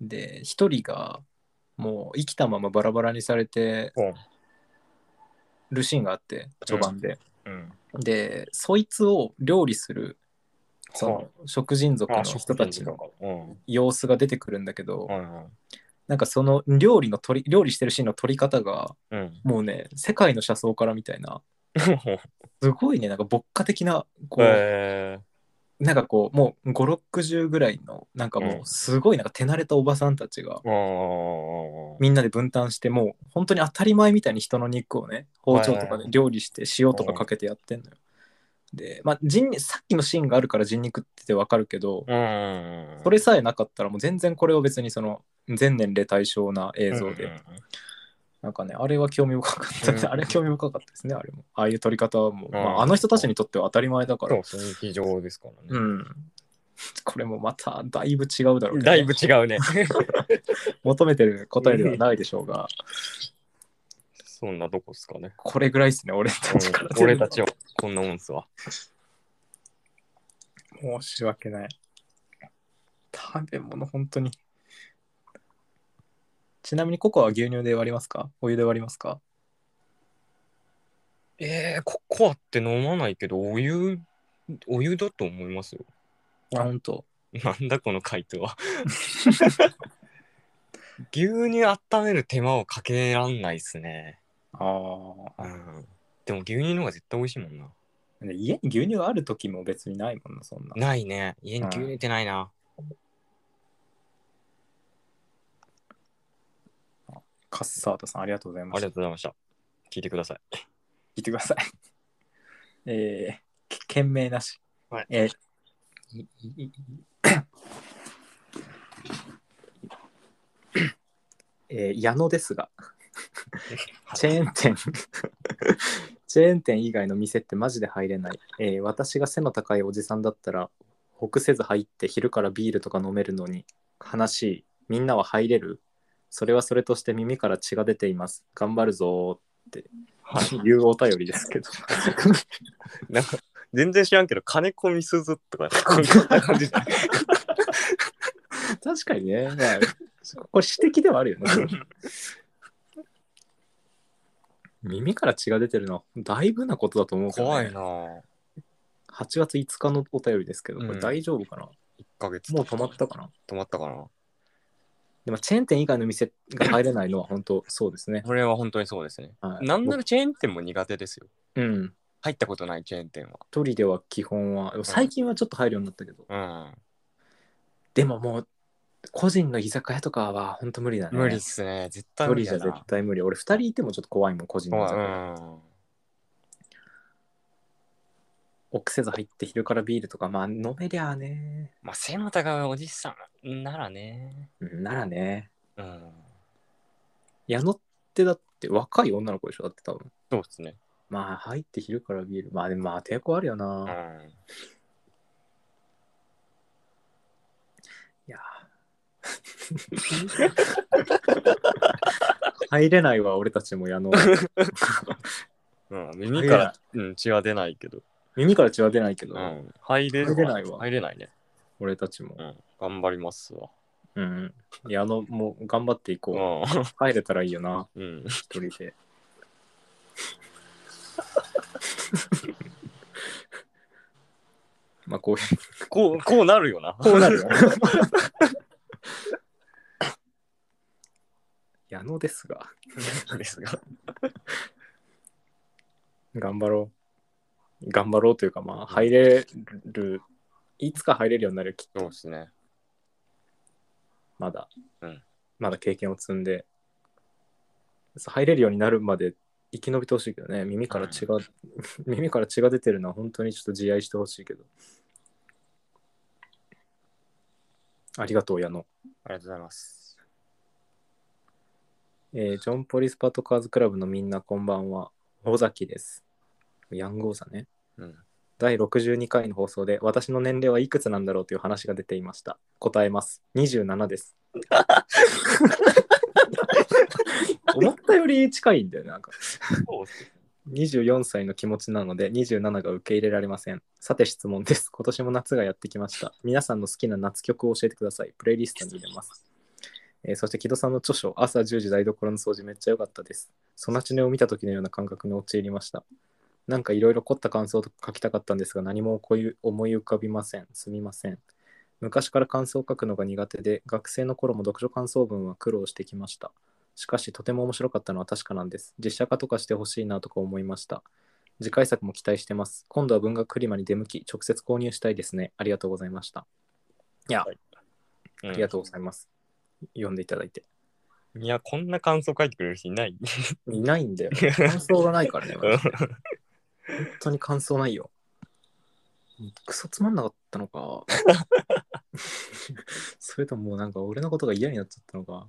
で、一人がもう生きたままバラバラにされて
うん
るシーンがあって、序盤で。
うん。
で、そいつを料理するそ
は
の食人族
あ
の人たちの。
うん。
様子が出てくるんだけど、
うん。
なんかその料理の取り料理してるシーンの撮り方が
うん。
もうね世界の車窓からみたいなすごいねなんか牧歌的なこう、
え
なんかこうもう560ぐらいのなんかもうすごいなんか手慣れたおばさんたちが、
ー。うん。
みんなで分担してもう本当に当たり前みたいに人の肉をね包丁と
は
か
いはい
で
はい
料理して塩とかかけてやってんのよ。で、まあ、人さっきのシーンがあるから人肉ってわかるけど、
うん。
それさえなかったらもう全然これを別にその全年齢対象な映像で、なんかねあれは興味深かったです、
うん
あれは興味深かったですねあれもああいう撮り方はもう、ま
うん
あ、あの人たちにとっては当たり前だから
そう、そういう非常ですから
う
ね。
ん これもまただいぶ違うだろうけどね
だいぶ違うね。
求めてる答えではないでしょうが
そんなとこっすかね。
これぐらいですね俺たちから
うん俺たちはこんなもんっすわ。
申し訳ない食べ物本当にちなみにココアは牛乳で割りますかお湯で割りますか
えー、ココアって飲まないけど、お湯、お湯だと思いますよ。
あ、本当。
なんだこの回答は。 牛乳温める手間をかけらんないっすね。
ああ。
うん。でも牛乳の方が絶対美味しいもんな。
家に牛乳がある時も別にないもんな、そんな。
ないね。家に牛乳ってないな。
カッサートさん、ありがとうござい
あ
ま
り
し
がと
た。
うございました。聞いてください。
聞いてください。 えー、け懸命なし。
はい
えーいいい えー矢野です が、チェーン店、 チェーン店以外の店ってマジで入れない。えー私が背の高いおじさんだったら、ほくせず入って昼からビールとか飲めるのに、悲しい。みんなは入れるそれはそれとして耳から血が出ています。頑張るぞー
はい
いうお便りですけ ど。
なんか全然知らんけど、金子みすずとか、 こんな感じだ。
確かにね、まあ、これ指摘ではあるよね。耳から血が出てるのはだいぶなことだと思うけど、
怖い
ね、
なぁ。
8月5日のお便りですけど、こ
う
れ
ん
大丈夫かな、
1ヶ月
もう止まったかな
止まったかな。
でもチェーン店以外の店が入れない のは本当そうですね。
これは本当にそうですね。
はい、
なんならチェーン店も苦手ですよ。
うん。
入ったことないチェーン店は。
一人では基本は、でも最近はちょっと入るようになったけど、
うん。
でももう、個人の居酒屋とかは本当無理だね。
無理っすね。絶対
一
無
人
理
じゃ
だ
絶
な。
対無理。俺、二人いてもちょっと怖いもん、個人の居
怖い。
酒
う
屋。
ん。
臆せず入って昼からビールとかまあ飲めりゃあね
まあ、背の高いおじさんならね。
うんならね
うん。
矢野ってだって若い女の子でしょだって多分
そうですね。
まあ入って昼からビールまあでもまあ抵抗あるよな、
う
い
ん。
や入れないわ俺たちも 矢野
うん、耳から、うん、血は出ないけど。
耳から血は出ないけど、
うん。入れる
入れないわ
入れないね。
俺たちも
うん。頑張りますわ。
うん矢野も頑張っていこう、
う。
入れたらいいよなん
うん。
一人 でまあこういう
こう、こうなるよな。
こうなるよ。 矢野ですが、
ですが。
頑張ろう。頑張ろうというか、まあ、入れる、いつか入れるようになるよきっ
そう
と
で、すね。
まだ、
うん
まだ経験を積んで、そう入れるようになるまで生き延びてほしいけどね、耳から血が、 耳から血が出てるのは本当にちょっと自愛してほしいけど。ありがとう、矢野。
ありがとうございます。
えージョン・ポリス・パトカーズ・クラブのみんなこんばんは。尾崎です。ヤンゴーザね。
うん。
第62回の放送で私の年齢はいくつなんだろうという話が出ていました。答えます。27です。思ったより近いんだよね。なんか
そうっすね
24歳の気持ちなので27が受け入れられません。さて質問です。今年も夏がやってきました。皆さんの好きな夏曲を教えてください。プレイリストに入れます。えーそして木戸さんの著書、朝10時台所の掃除めっちゃ良かったです。ソナチネを見た時のような感覚に陥りました。なんかいろいろ凝った感想とか書きたかったんですが何もこういう思い浮かびません。すみません。昔から感想を書くのが苦手で学生の頃も読書感想文は苦労してきました。しかしとても面白かったのは確かなんです。実写化とかしてほしいなとか思いました。次回作も期待してます。今度は文学フリマに出向き、直接購入したいですね。ありがとうございました。いや、
はい
ありがとうございます。読んでいただいて。
うん。いや、こんな感想書いてくれる人い ない。
いないんだよ。感想がないからね。マジで本当に感想ないよ。クソつまんなかったのか。 それとももうなんか俺のことが嫌になっちゃったのか。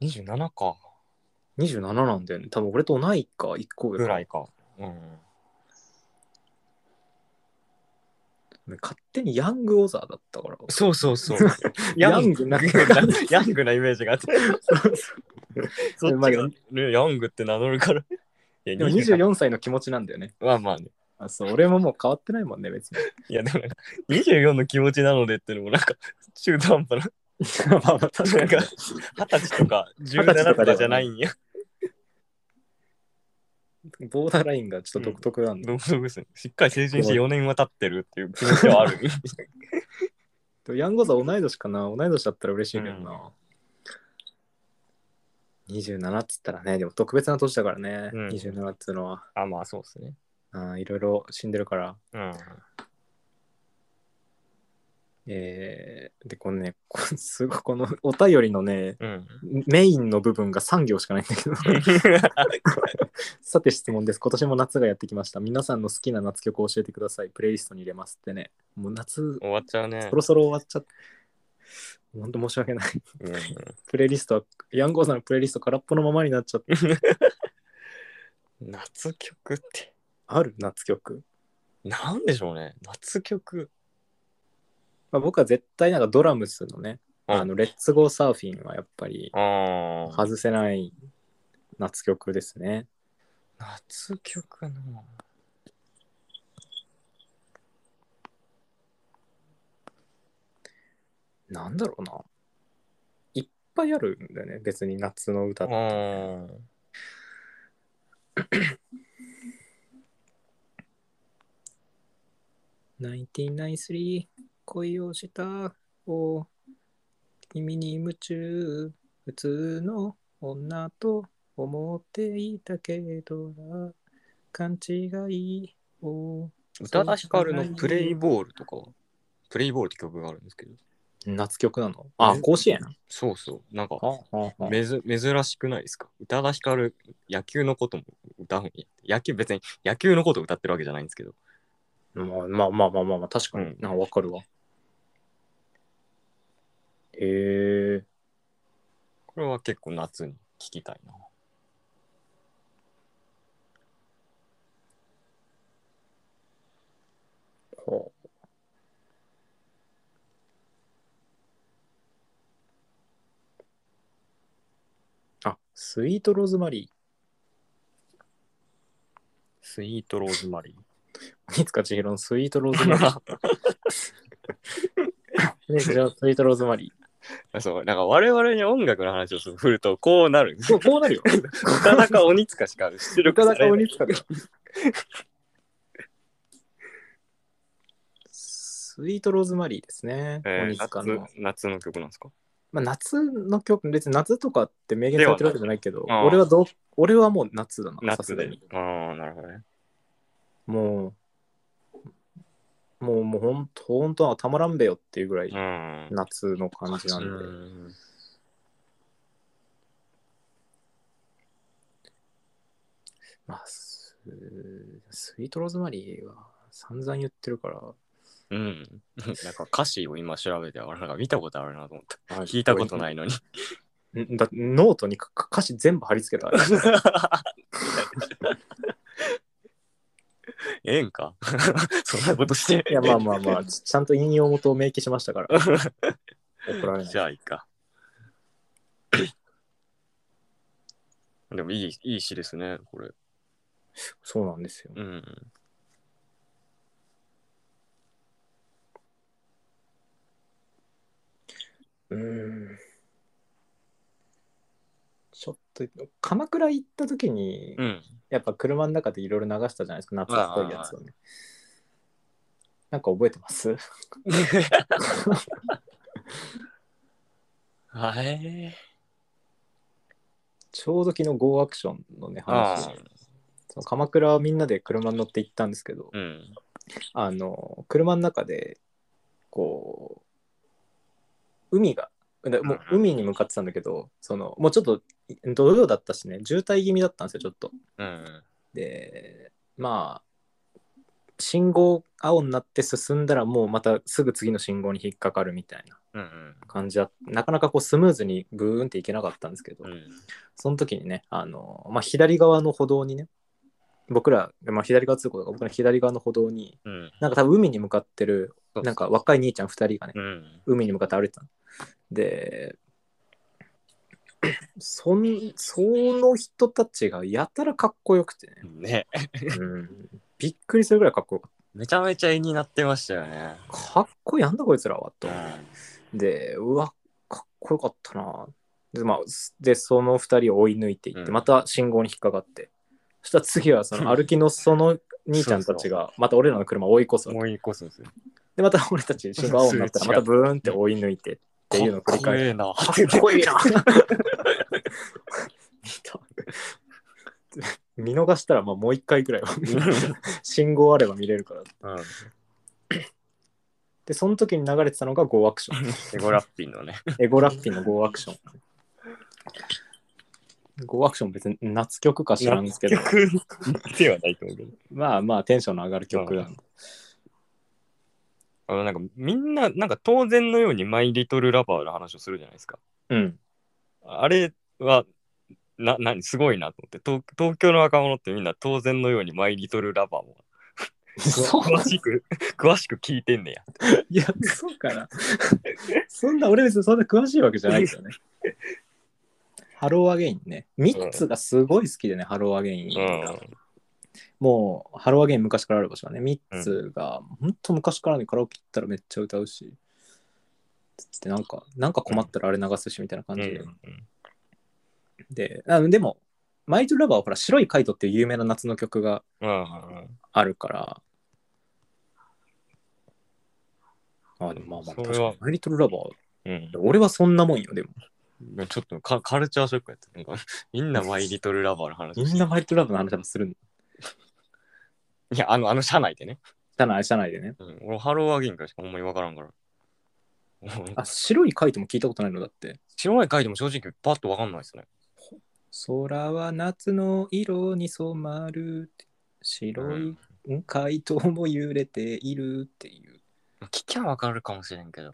27か。
27なんだよね。多分俺と同いか、1個上か
ぐらいか。うん。
勝手にヤングオザーだったから。
そうそうそう。
ヤングな
ヤングなヤングなイメージがあって。 そっち
まあ
が、ね、ヤングって名乗る から。いや、
でも
27
24歳の気持ちなんだよね。
まあまあね。
あそう俺ももう変わってないもんね、別に。
いや、でもなんか、24の気持ちなのでってのもなんか、中途半 端な。
まあまあ確
なん
か
か
に。、
20歳とか
歳とかでは
17とかじゃないんや。
ボーダーラインがちょっと独特なんで、
独特ですね。しっかり成人して4年は経ってるっていう気持ちはある。
でもヤンゴザ同い年かな同い年だったら嬉しいけどな、27っつったらねでも特別な年だからね、
うん
27っつうのは
あ、まあそうですね。
あーいろいろ死んでるから
うん。
えーでこのねこ すごいこのお便りのね
うん。
メインの部分が3行しかないんだけど さて質問です今年も夏がやってきました皆さんの好きな夏曲を教えてくださいプレイリストに入れますってねもう夏
終わっちゃうね
そ。ろそろ終わっちゃって本当申し訳ない
うん
プレイリストはヤンゴーさんのプレイリスト空っぽのままになっちゃって
夏曲って、
ある夏曲、
なんでしょうね。夏曲。
まあ、僕は絶対なんかドラムスのね、
うん
あのレッツゴーサーフィンはやっぱり
ああ。
外せない夏曲ですね
夏曲な
なんだろうないっぱいあるんだよね別に夏の歌って
うん。
1993恋をしたを君に夢中普通の女と思っていたけどな勘違いを
宇多田ヒカルのプレイボールとか、プレイボールって曲があるんですけど、
夏曲なのあ甲子園
そうそう。なんか、
ああ
めず珍しくないですか宇多田ヒカル、野球のことも歌うんや。野球、別に野球のことを歌ってるわけじゃないんですけど。
まあまあまあまあまあ、まあ、確かに
うん
なんかわかるわ、へえ
これは結構夏に聞きたいな。
ほうあスイートローズマリー
スイートローズマリー。
鬼塚千尋のスイートローズマリー。 鬼塚千尋のスイートローズマリ
そう、なんか我々に音楽の話をすると、こうなる。
ー。そう、こうなるよ。
なかなか鬼塚しか出力されない。
塚だよ。スイートローズマリーですね。
え
鬼
ー
塚
夏
の。
夏の曲なんですか
まあ、夏の曲、別に夏とかって明言されてるわけじゃないけど、
ではないああ
俺はどう俺はもう夏だな、さ
夏
すが
で
に。。
ああ、なるほどね。
もう、もう、もうほんと、ほんとはたまらんべよっていうぐらい
うん。
夏の感じなんで。
うん
まあ、ススイートローズマリーは散々言ってるから。
うん。なんか歌詞を今調べて、あれなんか見たことあるなと思った。聞いたことないのに。
んだノートにかか歌詞全部貼り付 けた。
ええんか そんなことして。
いや、まあまあまあ、ちちゃんと引用元を明記しました から。怒られない
じ。ゃあいいか。でもいい、いい詩ですね、これ。
そうなんですよ。
うん。
うーん。ちょっと、鎌倉行った時に、
うん。
やっぱ車の中でいろいろ流したじゃないですか、夏っぽいやつをね。なんか覚えてます
あえ
ちょうど昨日 Go アクションのね、話
ああ
でその鎌倉をみんなで車に乗って行ったんですけど、
うん。
あの、車の中で、こう、海が、だもう
うんうん
海に向かってたんだけど、その、もうちょっと土曜だったしね、渋滞気味だったんですよ、ちょっと。
うん。
で、まあ、信号青になって進んだら、もうまたすぐ次の信号に引っかかるみたいな
うん。
感じだなかなかこうスムーズにブーンっていけなかったんですけど、
うん。
その時にね、あの、まあ、左側の歩道にね、僕ら、まあ、左側通行だから僕ら左側の歩道に、
うん。
なんか多分海に向かってる、なんか若い兄ちゃん2人がね、
うん。
海に向かって歩いてたの。で、そんその人たちがやたらかっこよくてね、
ね。
うん、びっくりするぐらいかっこよかっ
めちゃめちゃ絵になってましたよね。
た。かっこいいなんだこいつらはと
うん。。
で、うわ、かっこよかったな。で、まあ、でその2人を追い抜いていって、
うん
また信号に引っかかって、そしたら次はその歩きのその兄ちゃんたちがまた俺らの車を追い越すわけ
思い越すんですよ。
でまた俺たち信号青にな ったらまたブーンって追い抜いてっていうのを繰り
かっこ
返
え
し
えな。
かっこいいな 見た見逃したらまあもう一回ぐらいは信号あれば見れるから
うん。
でその時に流れてたのが GO アクション
エゴラッピンのね。
エゴラッピーの GO アクション GO アクション別に夏曲か知らんですけど
結局ではないと思うけど。
まあまあテンションの上がる曲なの
あのなんかみんな、なんか当然のようにマイリトルラバーの話をするじゃないですか。
うん
あれは、な、なにすごいなと思って東、東京の若者ってみんな当然のようにマイリトルラバーを
そう
詳しく、詳しく聞いてんねや。
いや、そうかな。そんな、俺別にそんな詳しいわけじゃないです よね。ハローアゲインね。3つがすごい好きでね、ハローアゲインが。もう、ハローアゲイン昔からある場所はね、3つが、ほんと昔からね、カラオケ行ったらめっちゃ歌うし、つってなんか、なんか困ったらあれ流すしみたいな
う
感
ん。
じ
う
で。
ん。
であでも、マイトゥラバーはほら、白いカイトっていう有名な夏の曲が
うん。
あるから、あでもまあまあ、
それ
確か
は
にマイリトルラバー、
うん。
俺はそんなもんよ、でも。
うん、ちょっとカカルチャーショックやった。なんか みんなマイリトルラバーの話を
みんなマイトラブの話もするん
いや、あの、あの、社内でね。
じゃない、じゃないでね。
うん、俺、ハローアゲインからしかほんまにわ からんから。うん
あ、白いカイトも聞いたことないのだって。
白い回でも正直、パッとわかんないですね。
空は夏の色に染まるって。白い、ん、カイトも揺れているっていう。
聞きゃわかるかもしれんけ ど。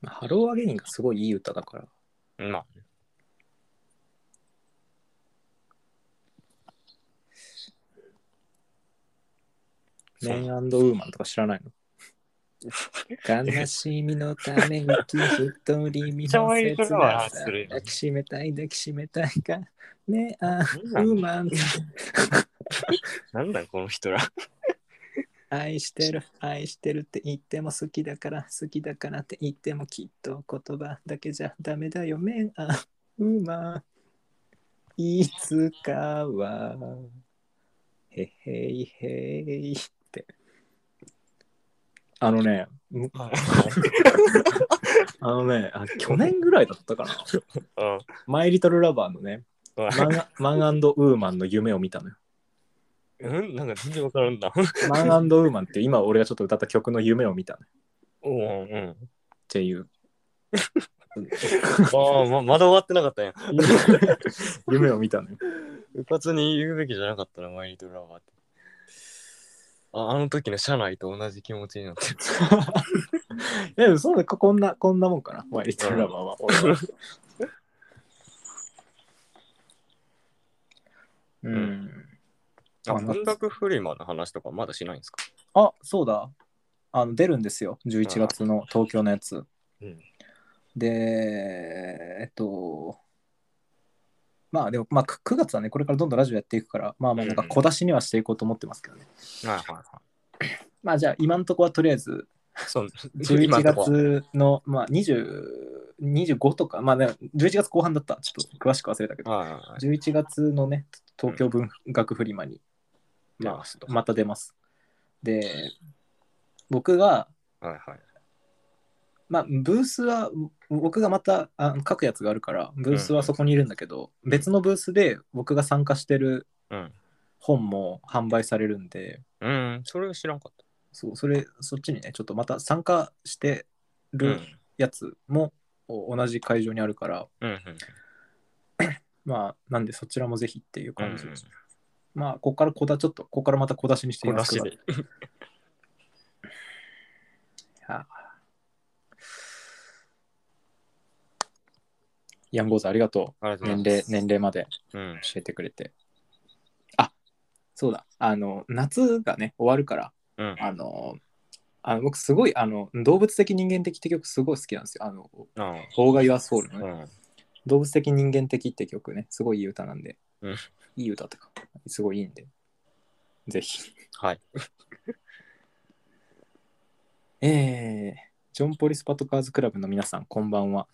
まあハローアゲインがすごいいい歌だから。
まあ、
メンウーマンとか知ら ないの悲しみのために一人見の
めっちゃマ
切
イト
な
ラバー
さ
するよ
抱きしめたい抱きしめたいがねあ
そう
ウーマン
なんだこの人ら。
愛してる愛してるって言っても好きだから好きだからって言ってもきっと言葉だけじゃダメだよメンあうまいつかはへへいへいってあのねむあのねあ去年ぐらいだったかな
うん
マイリトルラバーのねマンマンウーマンの夢を見たのよ
うん、なんか全然わからんな。
マンウーマンって今俺がちょっと歌った曲の夢を見たのよ
うんうん。
っていう
ああ、ま、まだ終わってなかっ たやん。
夢を見たのよ。
うかつに言うべきじゃなかったな、マイリトルラバーって。ああの時の社内と同じ気持ちになってる。
いやでもそうだここんな、こんなもんかな。マイリトルラバーは。俺はう
うん
ん。
あ、文学フリマの話とかまだしないんですか
あ、そうだ。あの出るんですよ。11月の東京のやつ。
うん
で、えっと、まあでも、まあ、く9月はね、これからどんどんラジオやっていくから、まあまあ、なんか小出しにはしていこうと思ってますけどね。
はいはいは
まあじゃあ、今のとこはとりあえず、
い。そう、
11
のとこ
月の、まあ、20 25とか、まあ、ね、11月後半だった。ちょっと詳しく忘れたけど、
はいはいはい。
11月のね、東京文学フリマに、
出
ま
ますと
あ、また出ます。で、僕が、
はいはい。
まあ、ブースは、僕がまたあ書くやつがあるから、ブースはそこにいるんだけど、別のブースで僕が参加してる
うん。
本も販売されるんで、
うん、それは知らんかっ
そうそれそっちにね、ちょっとまた参加して
た。うん。う
る
ん
やつもお同じ会場にあるから、
うん。
まあ、なんでそちらもぜひっていう
う
感
ん
じです。まあ、ここから小だ、ちょっと、ここからまた小出しにして
こ
い
れ
ま
な
す
し
が
で。
はあヤンゴーズありがと
ありが
う。
とう
年
ござい
齢
ま、す。
年齢まで
うん。
教えてくれて。あ、そうだ。あの、夏がね、終わるから、
うん。
あの、あの僕すごい、あの、動物的人間的って曲すごい好きなんですよ。あの、
うん。
オーガ・ユア・ソウルのね。
うん。
動物的人間的って曲ね、すごいいい歌なんで、
うん
いい歌とか、すごいいいんで、ぜひ。
はい。
えー、ジョンポリスパトカーズクラブの皆さん、こんばんは。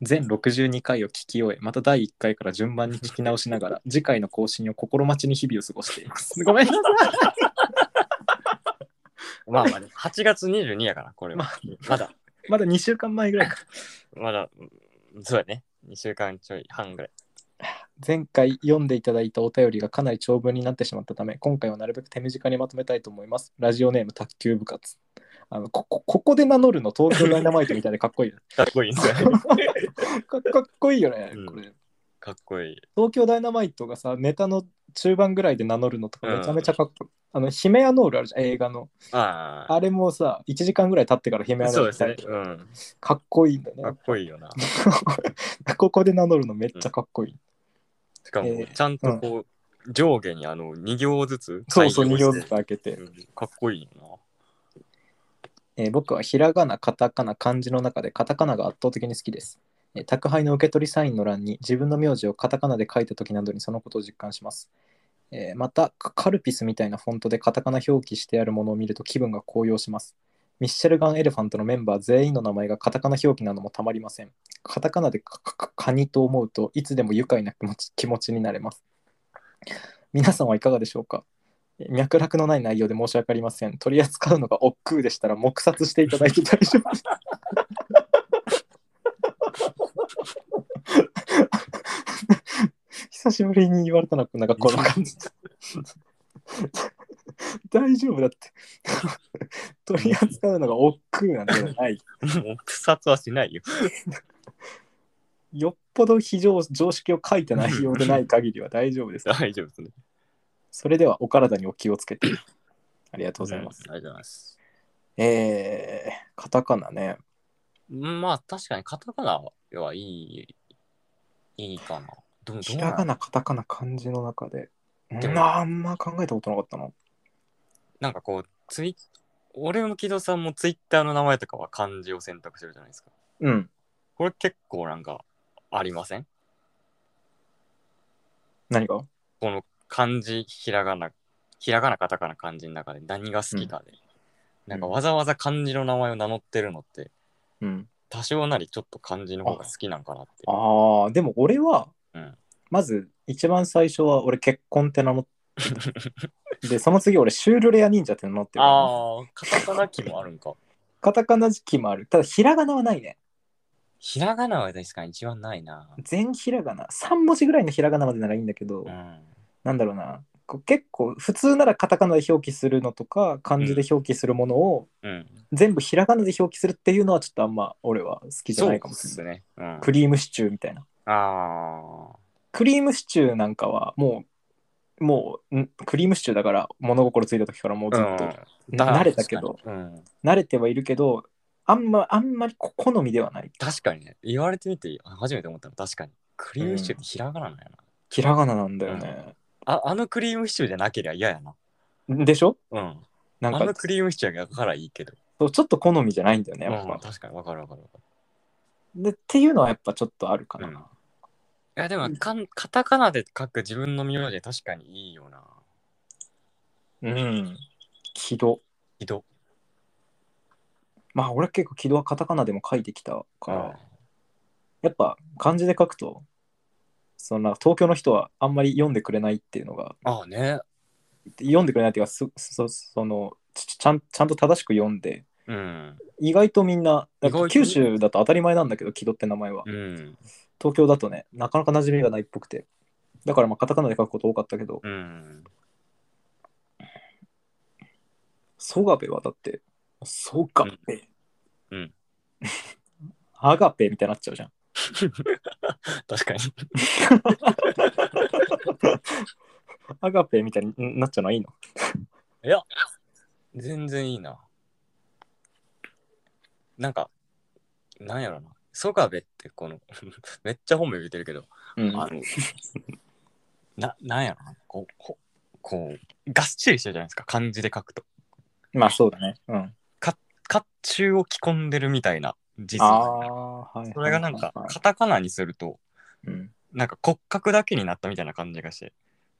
全62回を聞き終え、また第1回から順番に聞き直しな がら、次回の更新を心待ちに日々を過ごしています。ごめんなさ
まあまあ、ね、8月22やから、これは。まだ、
い。まだ2週間前ぐらいか。
まだ、うんそうやね。2週間ちょい半ぐらい。
前回読んでいただいたお便りがかなり長文になってしまったため、今回はなるべく手短にまとめたいと思います。ラジオネーム卓球部活。あのここここで名乗るの東京ダイナマイトみたいでかっこいいよ ね
かっこいいんです よね。
かかっこいいよね、
うん
これ。
かっこいい。
東京ダイナマイトがさネタの中盤ぐらいで名乗るのとかめちゃめちゃかっこいい、あのヒメアノールあるじゃん映画の
ああ。
あれもさ1時間ぐらい経ってからヒメアノー
そう
ル
ですね。うん。
かっこいいんだ
か
ね
っこいいよな。
ここで名乗るのめっちゃかっこいい、
しか
え
も、
ー
ちゃんとこう、上下にあの、2行ずつ。
そうそう
会
2
議を
行
して
ずつ開けて、
うんかっこいいよ
えー僕はひらがなカタカナ漢字の中でカタカナが圧倒的に好きです、えー宅配の受け取りサインの欄に自分の名字をカタカナで書いた時などにそのことを実感します、えーまたカカルピスみたいなフォントでカタカナ表記してあるものを見ると気分が高揚しますミッシェルガン・エレファントのメンバー全員の名前がカタカナ表記なのもたまりませんカタカナでカカカカニと思うといつでも愉快な気持ち気持ちになれます皆さんはいかがでしょうか脈絡のない内容で申し訳ありません。取り扱うのが億劫でしたら、黙殺していただいて大丈夫です。 久しぶりに言われたのなんかこの感じ。大丈夫だって。 取り扱うのが億劫なんてない。
な。 もう、草津はしないよ。
よっぽど非常常識を書いた内容でない限りは大丈夫です。
大丈夫ですね。
それではお体にお気をつけて。ありがとうございます。
うんありがとうございます。
えー、カタカナね。
まあ、確かに、カタカナはいい、いいかな。どどう
ひら
な
が
ん
な、カタカナ、漢字の中で。
でも
うんあんま考えたことなかったな。
なんかこう、ツイ俺も木戸さんもツイッターの名前とかは漢字を選択してるじゃないですか。
うん。
これ結構なんか、ありません
何が
この漢字、ひらがな、ひらがな、カタカナ、漢字の中で何が好きかで、なんかわざわざ漢字の名前を名乗ってるのって、
うん。
多少なりちょっと漢字の方が好きなんかなって。
ああ、でも俺は、
うん
まず一番最初は俺結婚って名乗っ て、で、その次俺シュールレア忍者って名乗ってるからね、
あー、カタカナ記もあるんか。
カタカナ時期もある。ただひらがなはないね。
ひらがなは確かに一番ないな。
全ひらがな。3文字ぐらいのひらがなまでならいいんだけど、
うん。
なんだろうな。こう結構普通ならカタカナで表記するのとか漢字で表記するものを
うん。
全部ひらがなで表記するっていうのはちょっとあんま俺は好きじゃ
そう
な
で
いかもしれない
すね。うん、
クリームシチューみたいな。
あ
クリームシチューなんかはもう、もうんクリームシチューだから物心ついた時からもう
ー。
ずっ
う
と
ん
慣れたけど、。
確かにうん。
慣れてはいるけど、あんま、あんまりこ好みではない。
確かにね。言われてみて初めて思ったの。確かに。クリームシチューってひらがななんやな。
ひらがななんだよね。
ああのクリームシチューじゃなけりゃ嫌やな。
でしょ
うん。
なん
あの
か
クリームシチューがからいいけど。
そう、ちょっと好みじゃないんだよね、やっ
うん
ぱ。
確かにわかるわかるわかる。
で、っていうのはやっぱちょっとあるかな。
うんいやでもかん、カタカナで書く自分の名字確かにいいよな。
うん。木戸。
ひど。
まあ俺結構木戸はカタカナでも書いてきたから、
あ
やっぱ漢字で書くと、そんな東京の人はあんまり読んでくれないっていうのが
あね。
読んでくれないっていうかそそそのちちゃんちゃんと正しく読んで
うん。
意外とみんな
意外と
九州だと当たり前なんだけど木戸って名前は、
うん。
東京だとねなかなか馴染みがないっぽくてだからまあカタカナで書くこと多かったけど
うん。
ソガベはだってソガベ
うんうん
アガペみたいになっちゃうじゃん
確かに。
アガペみたいになっちゃうのはいいの
いや、全然いいな。なんか、なんやろな。ソガベってこの、 めっちゃ本名言うてるけど、
うん
あの、な、なんやろな。こう、こう、こうがっちりしてるじゃないですか。漢字で書くと。
まあそうだねうん
甲冑を着込んでるみたいな字
あ
数
あーはい
それがなんか
はいはい、
カタカナにすると、
うん
なんか骨格だけになったみたいな感じがして、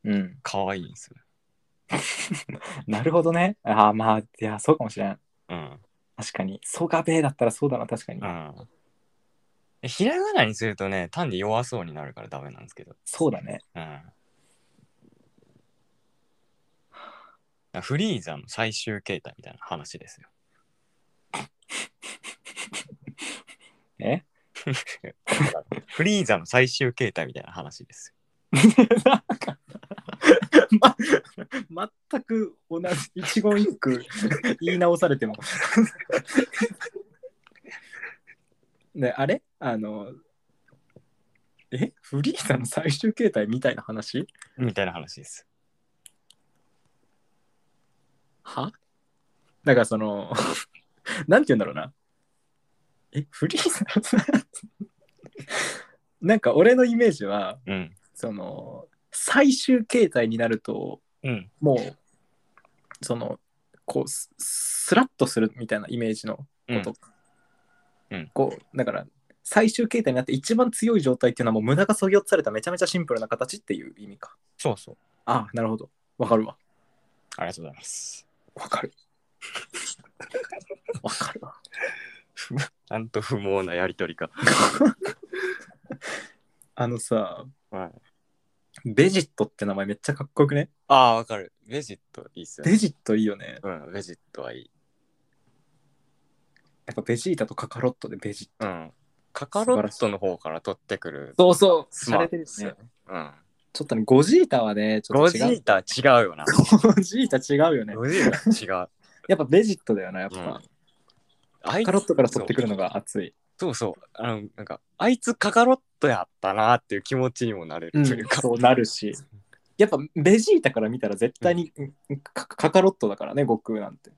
うん、
可愛いんですよ。
なるほどねああまあいやそうかもしれん
うん。
確かに。ソガベだったらそうだな、確かに。
うん。でひらがなにするとね、単に弱そうになるからダメなんですけど。
そうだね。
うん。だからフリーザの最終形態みたいな話ですよ。
え
フリーザの最終形態みたいな話ですよ。
なんか、ま、全く同じ、一言一句言い直されても。ね、あれあの、えフリーザの最終形態みたいな話
みたいな話です。
はだからその、 なんて言うんだろうな。え、フリーザなんか俺のイメージは、
うん。
その、最終形態になると、
うん。
もう、その、こうス、スラッとするみたいなイメージのこと。
うんうん
こう、だから、最終形態になって一番強い状態っていうのはもう無駄が削ぎ落とされためちゃめちゃシンプルな形っていう意味か。
そうそう。
ああ、なるほど。わかるわ。
ありがとうございます。
わかる。わかるわ。
なんと不毛なやりとりか。
あのさ、
はい、
ベジットって名前めっちゃかっこよくね
ああ、わかる。ベジットいいっすよね。
ベジットいいよね。
うん、ベジットはいい。
やっぱベジータとカカロットでベジット。
うん。カカロットの方から取ってくる。
そうそう、
ス
さ
マ
れ
ー
て
ト
る
で
よ
す
ね
よ。ね。うん。
ちょっとね、ゴジータはね、ちょっ
ゴ
と
ジ
違う。
ータ違うよ な。
ゴジータ違うよね。
ゴジータ違う。
やっぱベジットだよな、やっぱ。
あい
カカ
つ
ロットから取ってくるのが熱い。
そうそう。あの、なんか、あいつカカロットやったなっていう気持ちにもなれるというか。
そう なるし。やっぱベジータから見たら絶対に、うんカカカロットだからね、悟空なんて。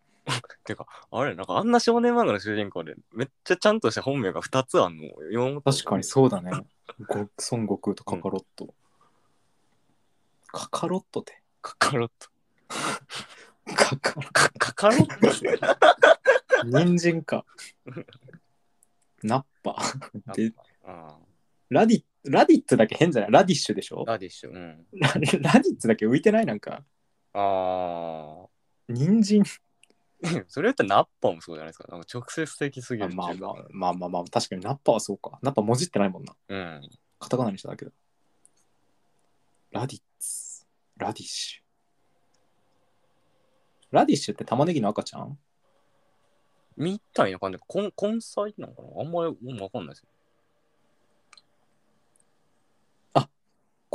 あれ、なんかあんな少年漫画の主人公で、めっちゃちゃんとした本名が2つあんのよ。
確かにそうだね。ご孫悟空とカカロット。カカロットって。
カカロット。
カカ
カカカロットって
人参か。ナッパ。で、
あー
ラディラディッツだけ変じゃないラディッシュでしょラ
ラディッシュ。うん。
ラディッツだけ浮いてないなんか。
あ
人参。
あ。 それやったらナッパもそうじゃないですか。なんか直接的すぎ
あ
るっていう
まあ
か。
まあまあまあまあ、確かにナッパはそうか。ナッパ文字ってないもんな。
うん。
カタカナにしただけだ。ラディッツ。ラディッシュ。ラディッシュって玉ねぎの赤ちゃん
みたいな感じで、根根菜なのかなあんまりうんわかんないです。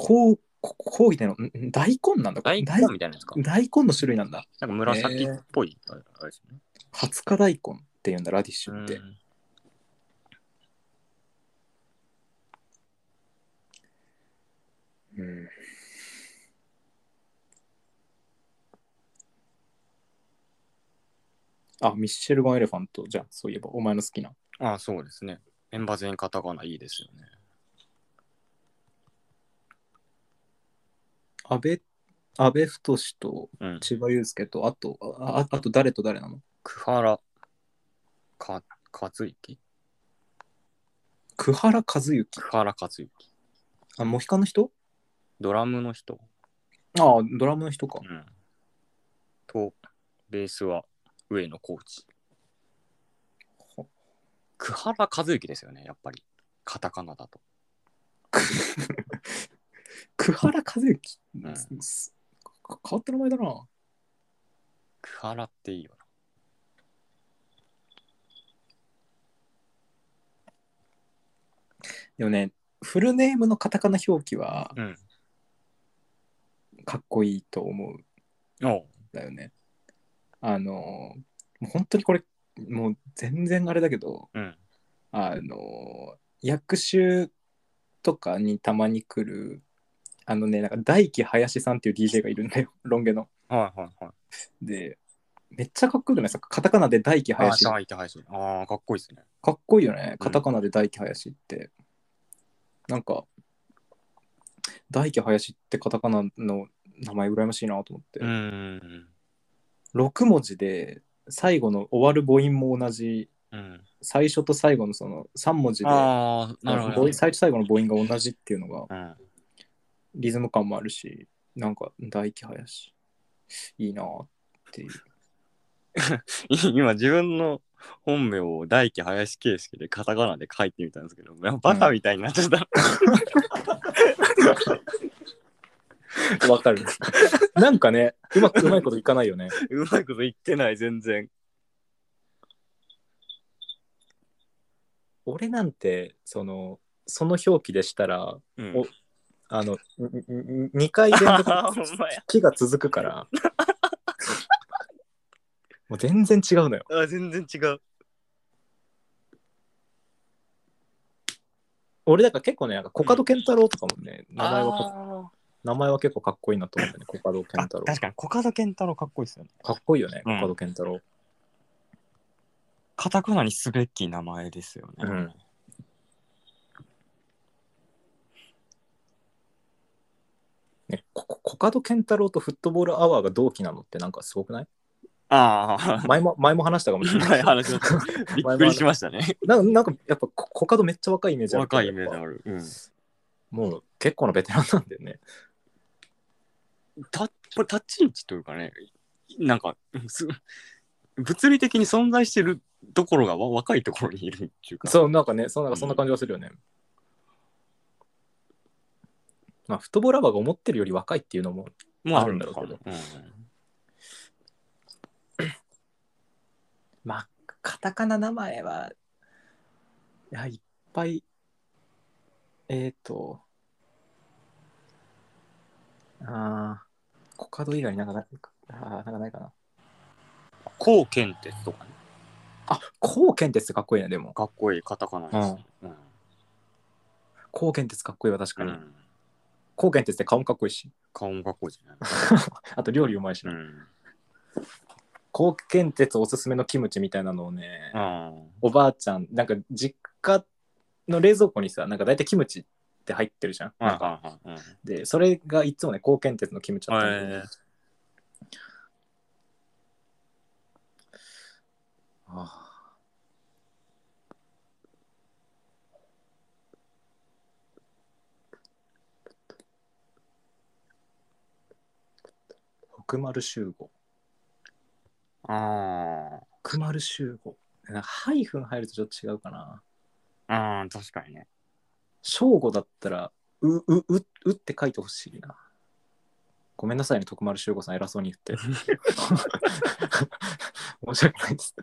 こう、ここうぎての、んん大根なんだ
大根みたいなやつか。
大根の種類なんだ。
なんか紫っぽい、あれあれですよね。
二十日大根っていうんだ、ラディッシュって。
うん
うんあ、ミッシェル・ガン・エレファントじゃん、そういえば、お前の好きな。
ああ、そうですね。メンバー全員カタカナいいですよね。
安倍、安倍太と
うん。
千葉雄介と、あと、あああと誰と誰なの
クハラ、か、かずゆき
久原和幸。
クハラかずゆき。
あ、モヒカンの人
ドラムの人。
ああ、ドラムの人か
う。ん。と、ベースは上野コーチ。クハラかずゆきですよね、やっぱり。カタカナだと。
久原和幸。
ん
すか変わった名前だな。
クハラっていいよな。
でもね、フルネームのカタカナ表記は
うん
かっこいいと思うん
おう
だよね。あの、もう本当にこれ、もう全然あれだけど、
うん。
あの、役種とかにたまに来る、あのね、なんか大輝林さんっていう DJ がいるんだよ、ロン毛の。
はいはいはい。
で、めっちゃかっこよくないですかカタカナで大輝
あ
林。
あ、いてはいああ、かっこいいですね。
かっこいいよね。カタカナで大輝林って。なんか、大輝林ってカタカナの名前羨ましいなと思って。
うーん。
6文字で最後の終わる母音も同じ、
うん。
最初と最後のその3文字で、
ああ、なる
母
ほど
音。最初と最後の母音が同じっていうのが
うん。
リズム感もあるし、なんか大輝 林。いいなっていう。
今自分の本名を大輝林形式でカタカナで書いてみたんですけど、バカみたいになっちゃった。
わかる。 なんかね、うまく、うまいこといかないよね。
うまいこと言ってない、全然。
俺なんて、その、その表記でしたら、
うん
おあの、2回連続
あ ほんまや
木が続くから。もう全然違うのよ。
あ全然違う。
俺だから結構ね、なんかコカドケンタロウとかもね、名前はかっ
は
名前は結構かっこいいなと思うんだよね、コカドケンタロウ。
確かに、コカドケンタロウかっこいいですよね。
かっこいいよね、
うん
コカドケンタロウ。
カタカナにすべき名前ですよね。
うんね、ここコカドケンタロウとフットボールアワーが同期なのってなんかすごくない
ああ、
前も前も話したかもしれな
前
い。
話しました。びっくりしまし たね。
なんなんかやっぱココカドめっちゃ若いイメージあるけど
若いイメージあ
やっ
る。うん、
ぱもう結構なベテランなんだよね。
たこれ立ち位置というかね、なんか、す物理的に存在してるところがわ若いところにいるっていうか。
そう、なんかね、そうなんかそんな感じがするよね。まあ、フットボールアワーが思ってるより若いっていうのも、
うまあ、
あ
あ
るん
るん
だ
だ
ろう
ろう
け
け
ど
ど。
まあ、カタカナ名前は、いや、いっぱい、えっ、ー、と、ああ、コカド以外になんかなあーなんかないかな。
こうけんてとかね。
あ、コウケンテツってかっこいいね、でも。
かっこいいカタカナです。うん。
コウケンテツかっこいいわ、確か
う
に。
ん、
コウケンテツって顔もかっこいいし、
顔もかっこいい じゃない。
あと料理うまいし
う
な。
ん。
コウケンテツおすすめのキムチみたいなのをね、
あ
おばあちゃん、なんか実家の冷蔵庫にさ、なんか大体キムチって入ってるじゃん。
あ。
なんか
か、うん。
で、それがいつもね、高検鉄のキムチだったんだけど
へえ
ああ。徳丸集合。
あ
徳丸集合。なんかハイフン入るとちょっと違うかな。
あ。ああ、確かにね。
正午だったら、う、う、う、うって書いてほしいな。ごめんなさいね、徳丸修吾さん、偉そうに言って。 申し訳ないです。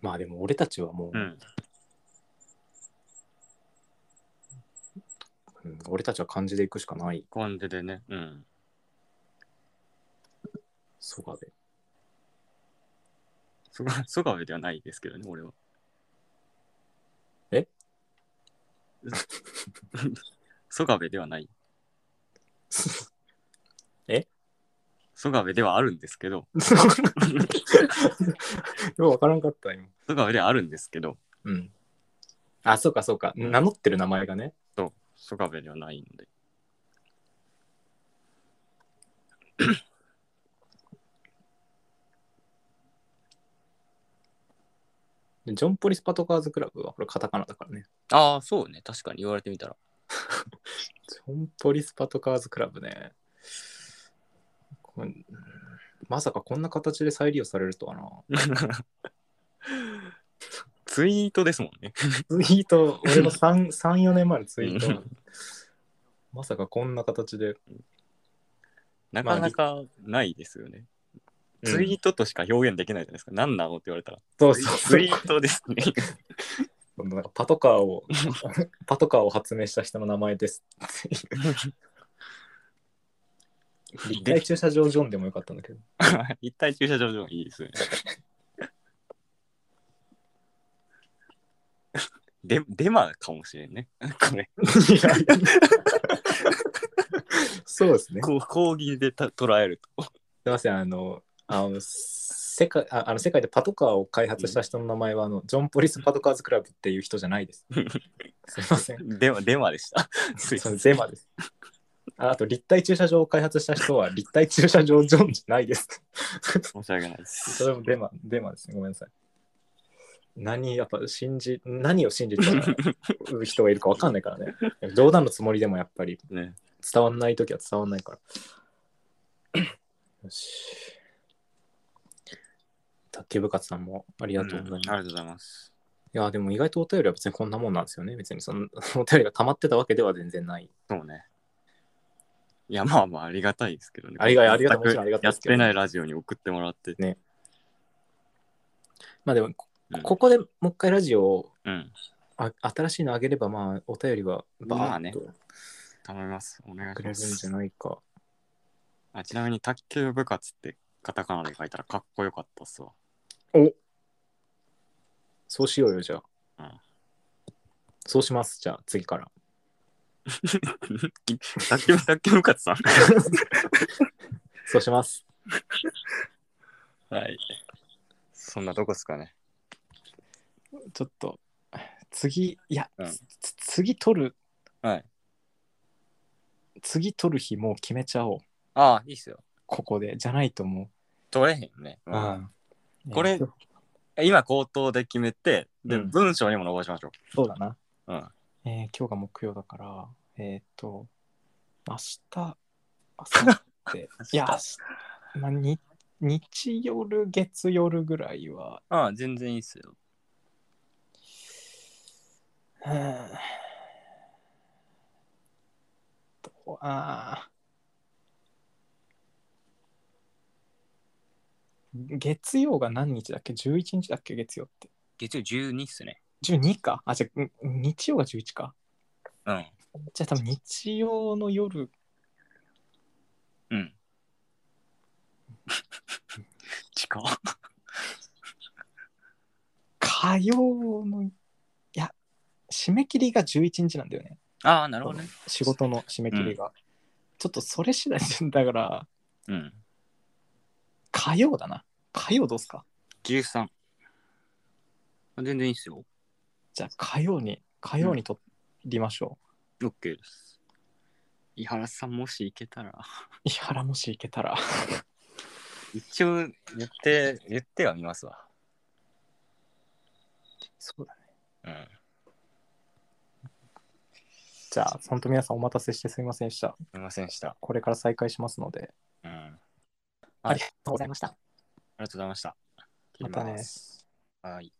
まあでも俺たちはもう、
うん。
うん俺たちは漢字でいくしかない
感じでね。うん。
そばで。
そ が、そがべではないですけどね、俺は。
え
そがべではない。
え
そがべではあるんですけど、
ようわからんかった今。
そがべではあるんですけど、
うん。あ、そうかそうか。名乗ってる名前がね。
そう、そがべではないので。
でジョンポリスパトカーズクラブはこれカタカナだからね。
ああ、そうね。確かに言われてみたら。
ジョンポリスパトカーズクラブね。こんまさかこんな形で再利用されるとはな。
ツイートですもんね。
ツイート、俺の3、4年前のツイート。まさかこんな形で。
なかなかないですよね。ツイ
ー
ートとしか表現できないじゃないですか。何なのって言われたら。
ト、そうそうそ
ツ
う
イートです ね。
なんかパトカーを、パトカーを発明した人の名前です。立体駐車場ジョンでもよかったんだけど。
一体駐車場でもいいですよね。 でデマかもしれんね。これ、
そうですね。す
こう講義でた捉えると。
みません、あの、あの世界ああの世界でパトカーを開発した人の名前は、あのジョン・ポリス・パトカーズ・クラブっていう人じゃない です。すみません。
デマデマでした。
そのゼマです。ああと、立体駐車場を開発した人は、立体駐車場ジョンじゃないです。
申し訳ないです。
それもデマ、デマですね。ごめんなさい。何、やっぱ信じ、何を信じてる人がいるか分かんないからね。冗談のつもりでもやっぱり
ね。
伝わんないときは伝わんないから。よし。卓球部活さんもありがとうございます。
んありがとうございます。
いや、でも意外とお便りは別にこんなもんなんです よね。別にそのお便りが溜まってたわけでは全然ない。
そうね。いや、まあまあ、ありがたいですけどね。
ありがたいありがたい
全く
もちろんありがたい
や
で
っ
すけど
てないラジオに送ってもらって。
まあでも、こ
うん
ここでもう一回ラジオを
うん。
あ新しいのあげれば、まあお便りは
ま
バ
あ
ー
ね
ッと
頼みます。お願い
く
し
れる
ま
んじ
す
ゃ。ないか。
あちなみに、卓球部活ってカタカナで書いたらかっこよかったっすわ。
おそうしようよ、じゃあ。
うん
そうします、じゃあ次から。
卓 球、卓球部活さん。
そうします。
はい。そんなとこっすかね。
ちょっと、次、いや、
うん
つつ次取る、
はい。
次取る日もう決めちゃおう。
ああ、いいっすよ。
ここで。じゃないとも
取れへんね。
う。
うん
うん
これ今、口頭で決めて、で、
うん
文章にも残しましょ
そうだな。
う。うん。
えー今日が木曜だから、えーっと、明日、明後日いや、明日まあ、に日夜、月夜ぐらいは、
ああ、全然いいっすよ。
うんどうあー月曜が何日だっけ ?11 日だっけ月曜って。
月曜12っすね。
12かあ、じゃあ、ん日曜が11か。
うん。
じゃあ多分日曜の夜
うん。 近っ。
火曜のいや締め切りが11日なんだよね
ああ、なるほどね。
仕事の締め切りが、ちょっとそれ次第でだから
うん。
火曜だな火曜どうすか
13。全然いいっすよ。
じゃあ火曜に火曜にとりましょ
OK です。井原さん、もし行けたら。
う、伊原もし行けたら
一応、言って、言ってはみますわ。
そうだね
うん。
じゃあ本当皆さんお待たせしてすみませんでした
すいませんでした。
これから再開しますので
うん。あ
ありがとうございました
ありがとうございました。
またね
切りますはい。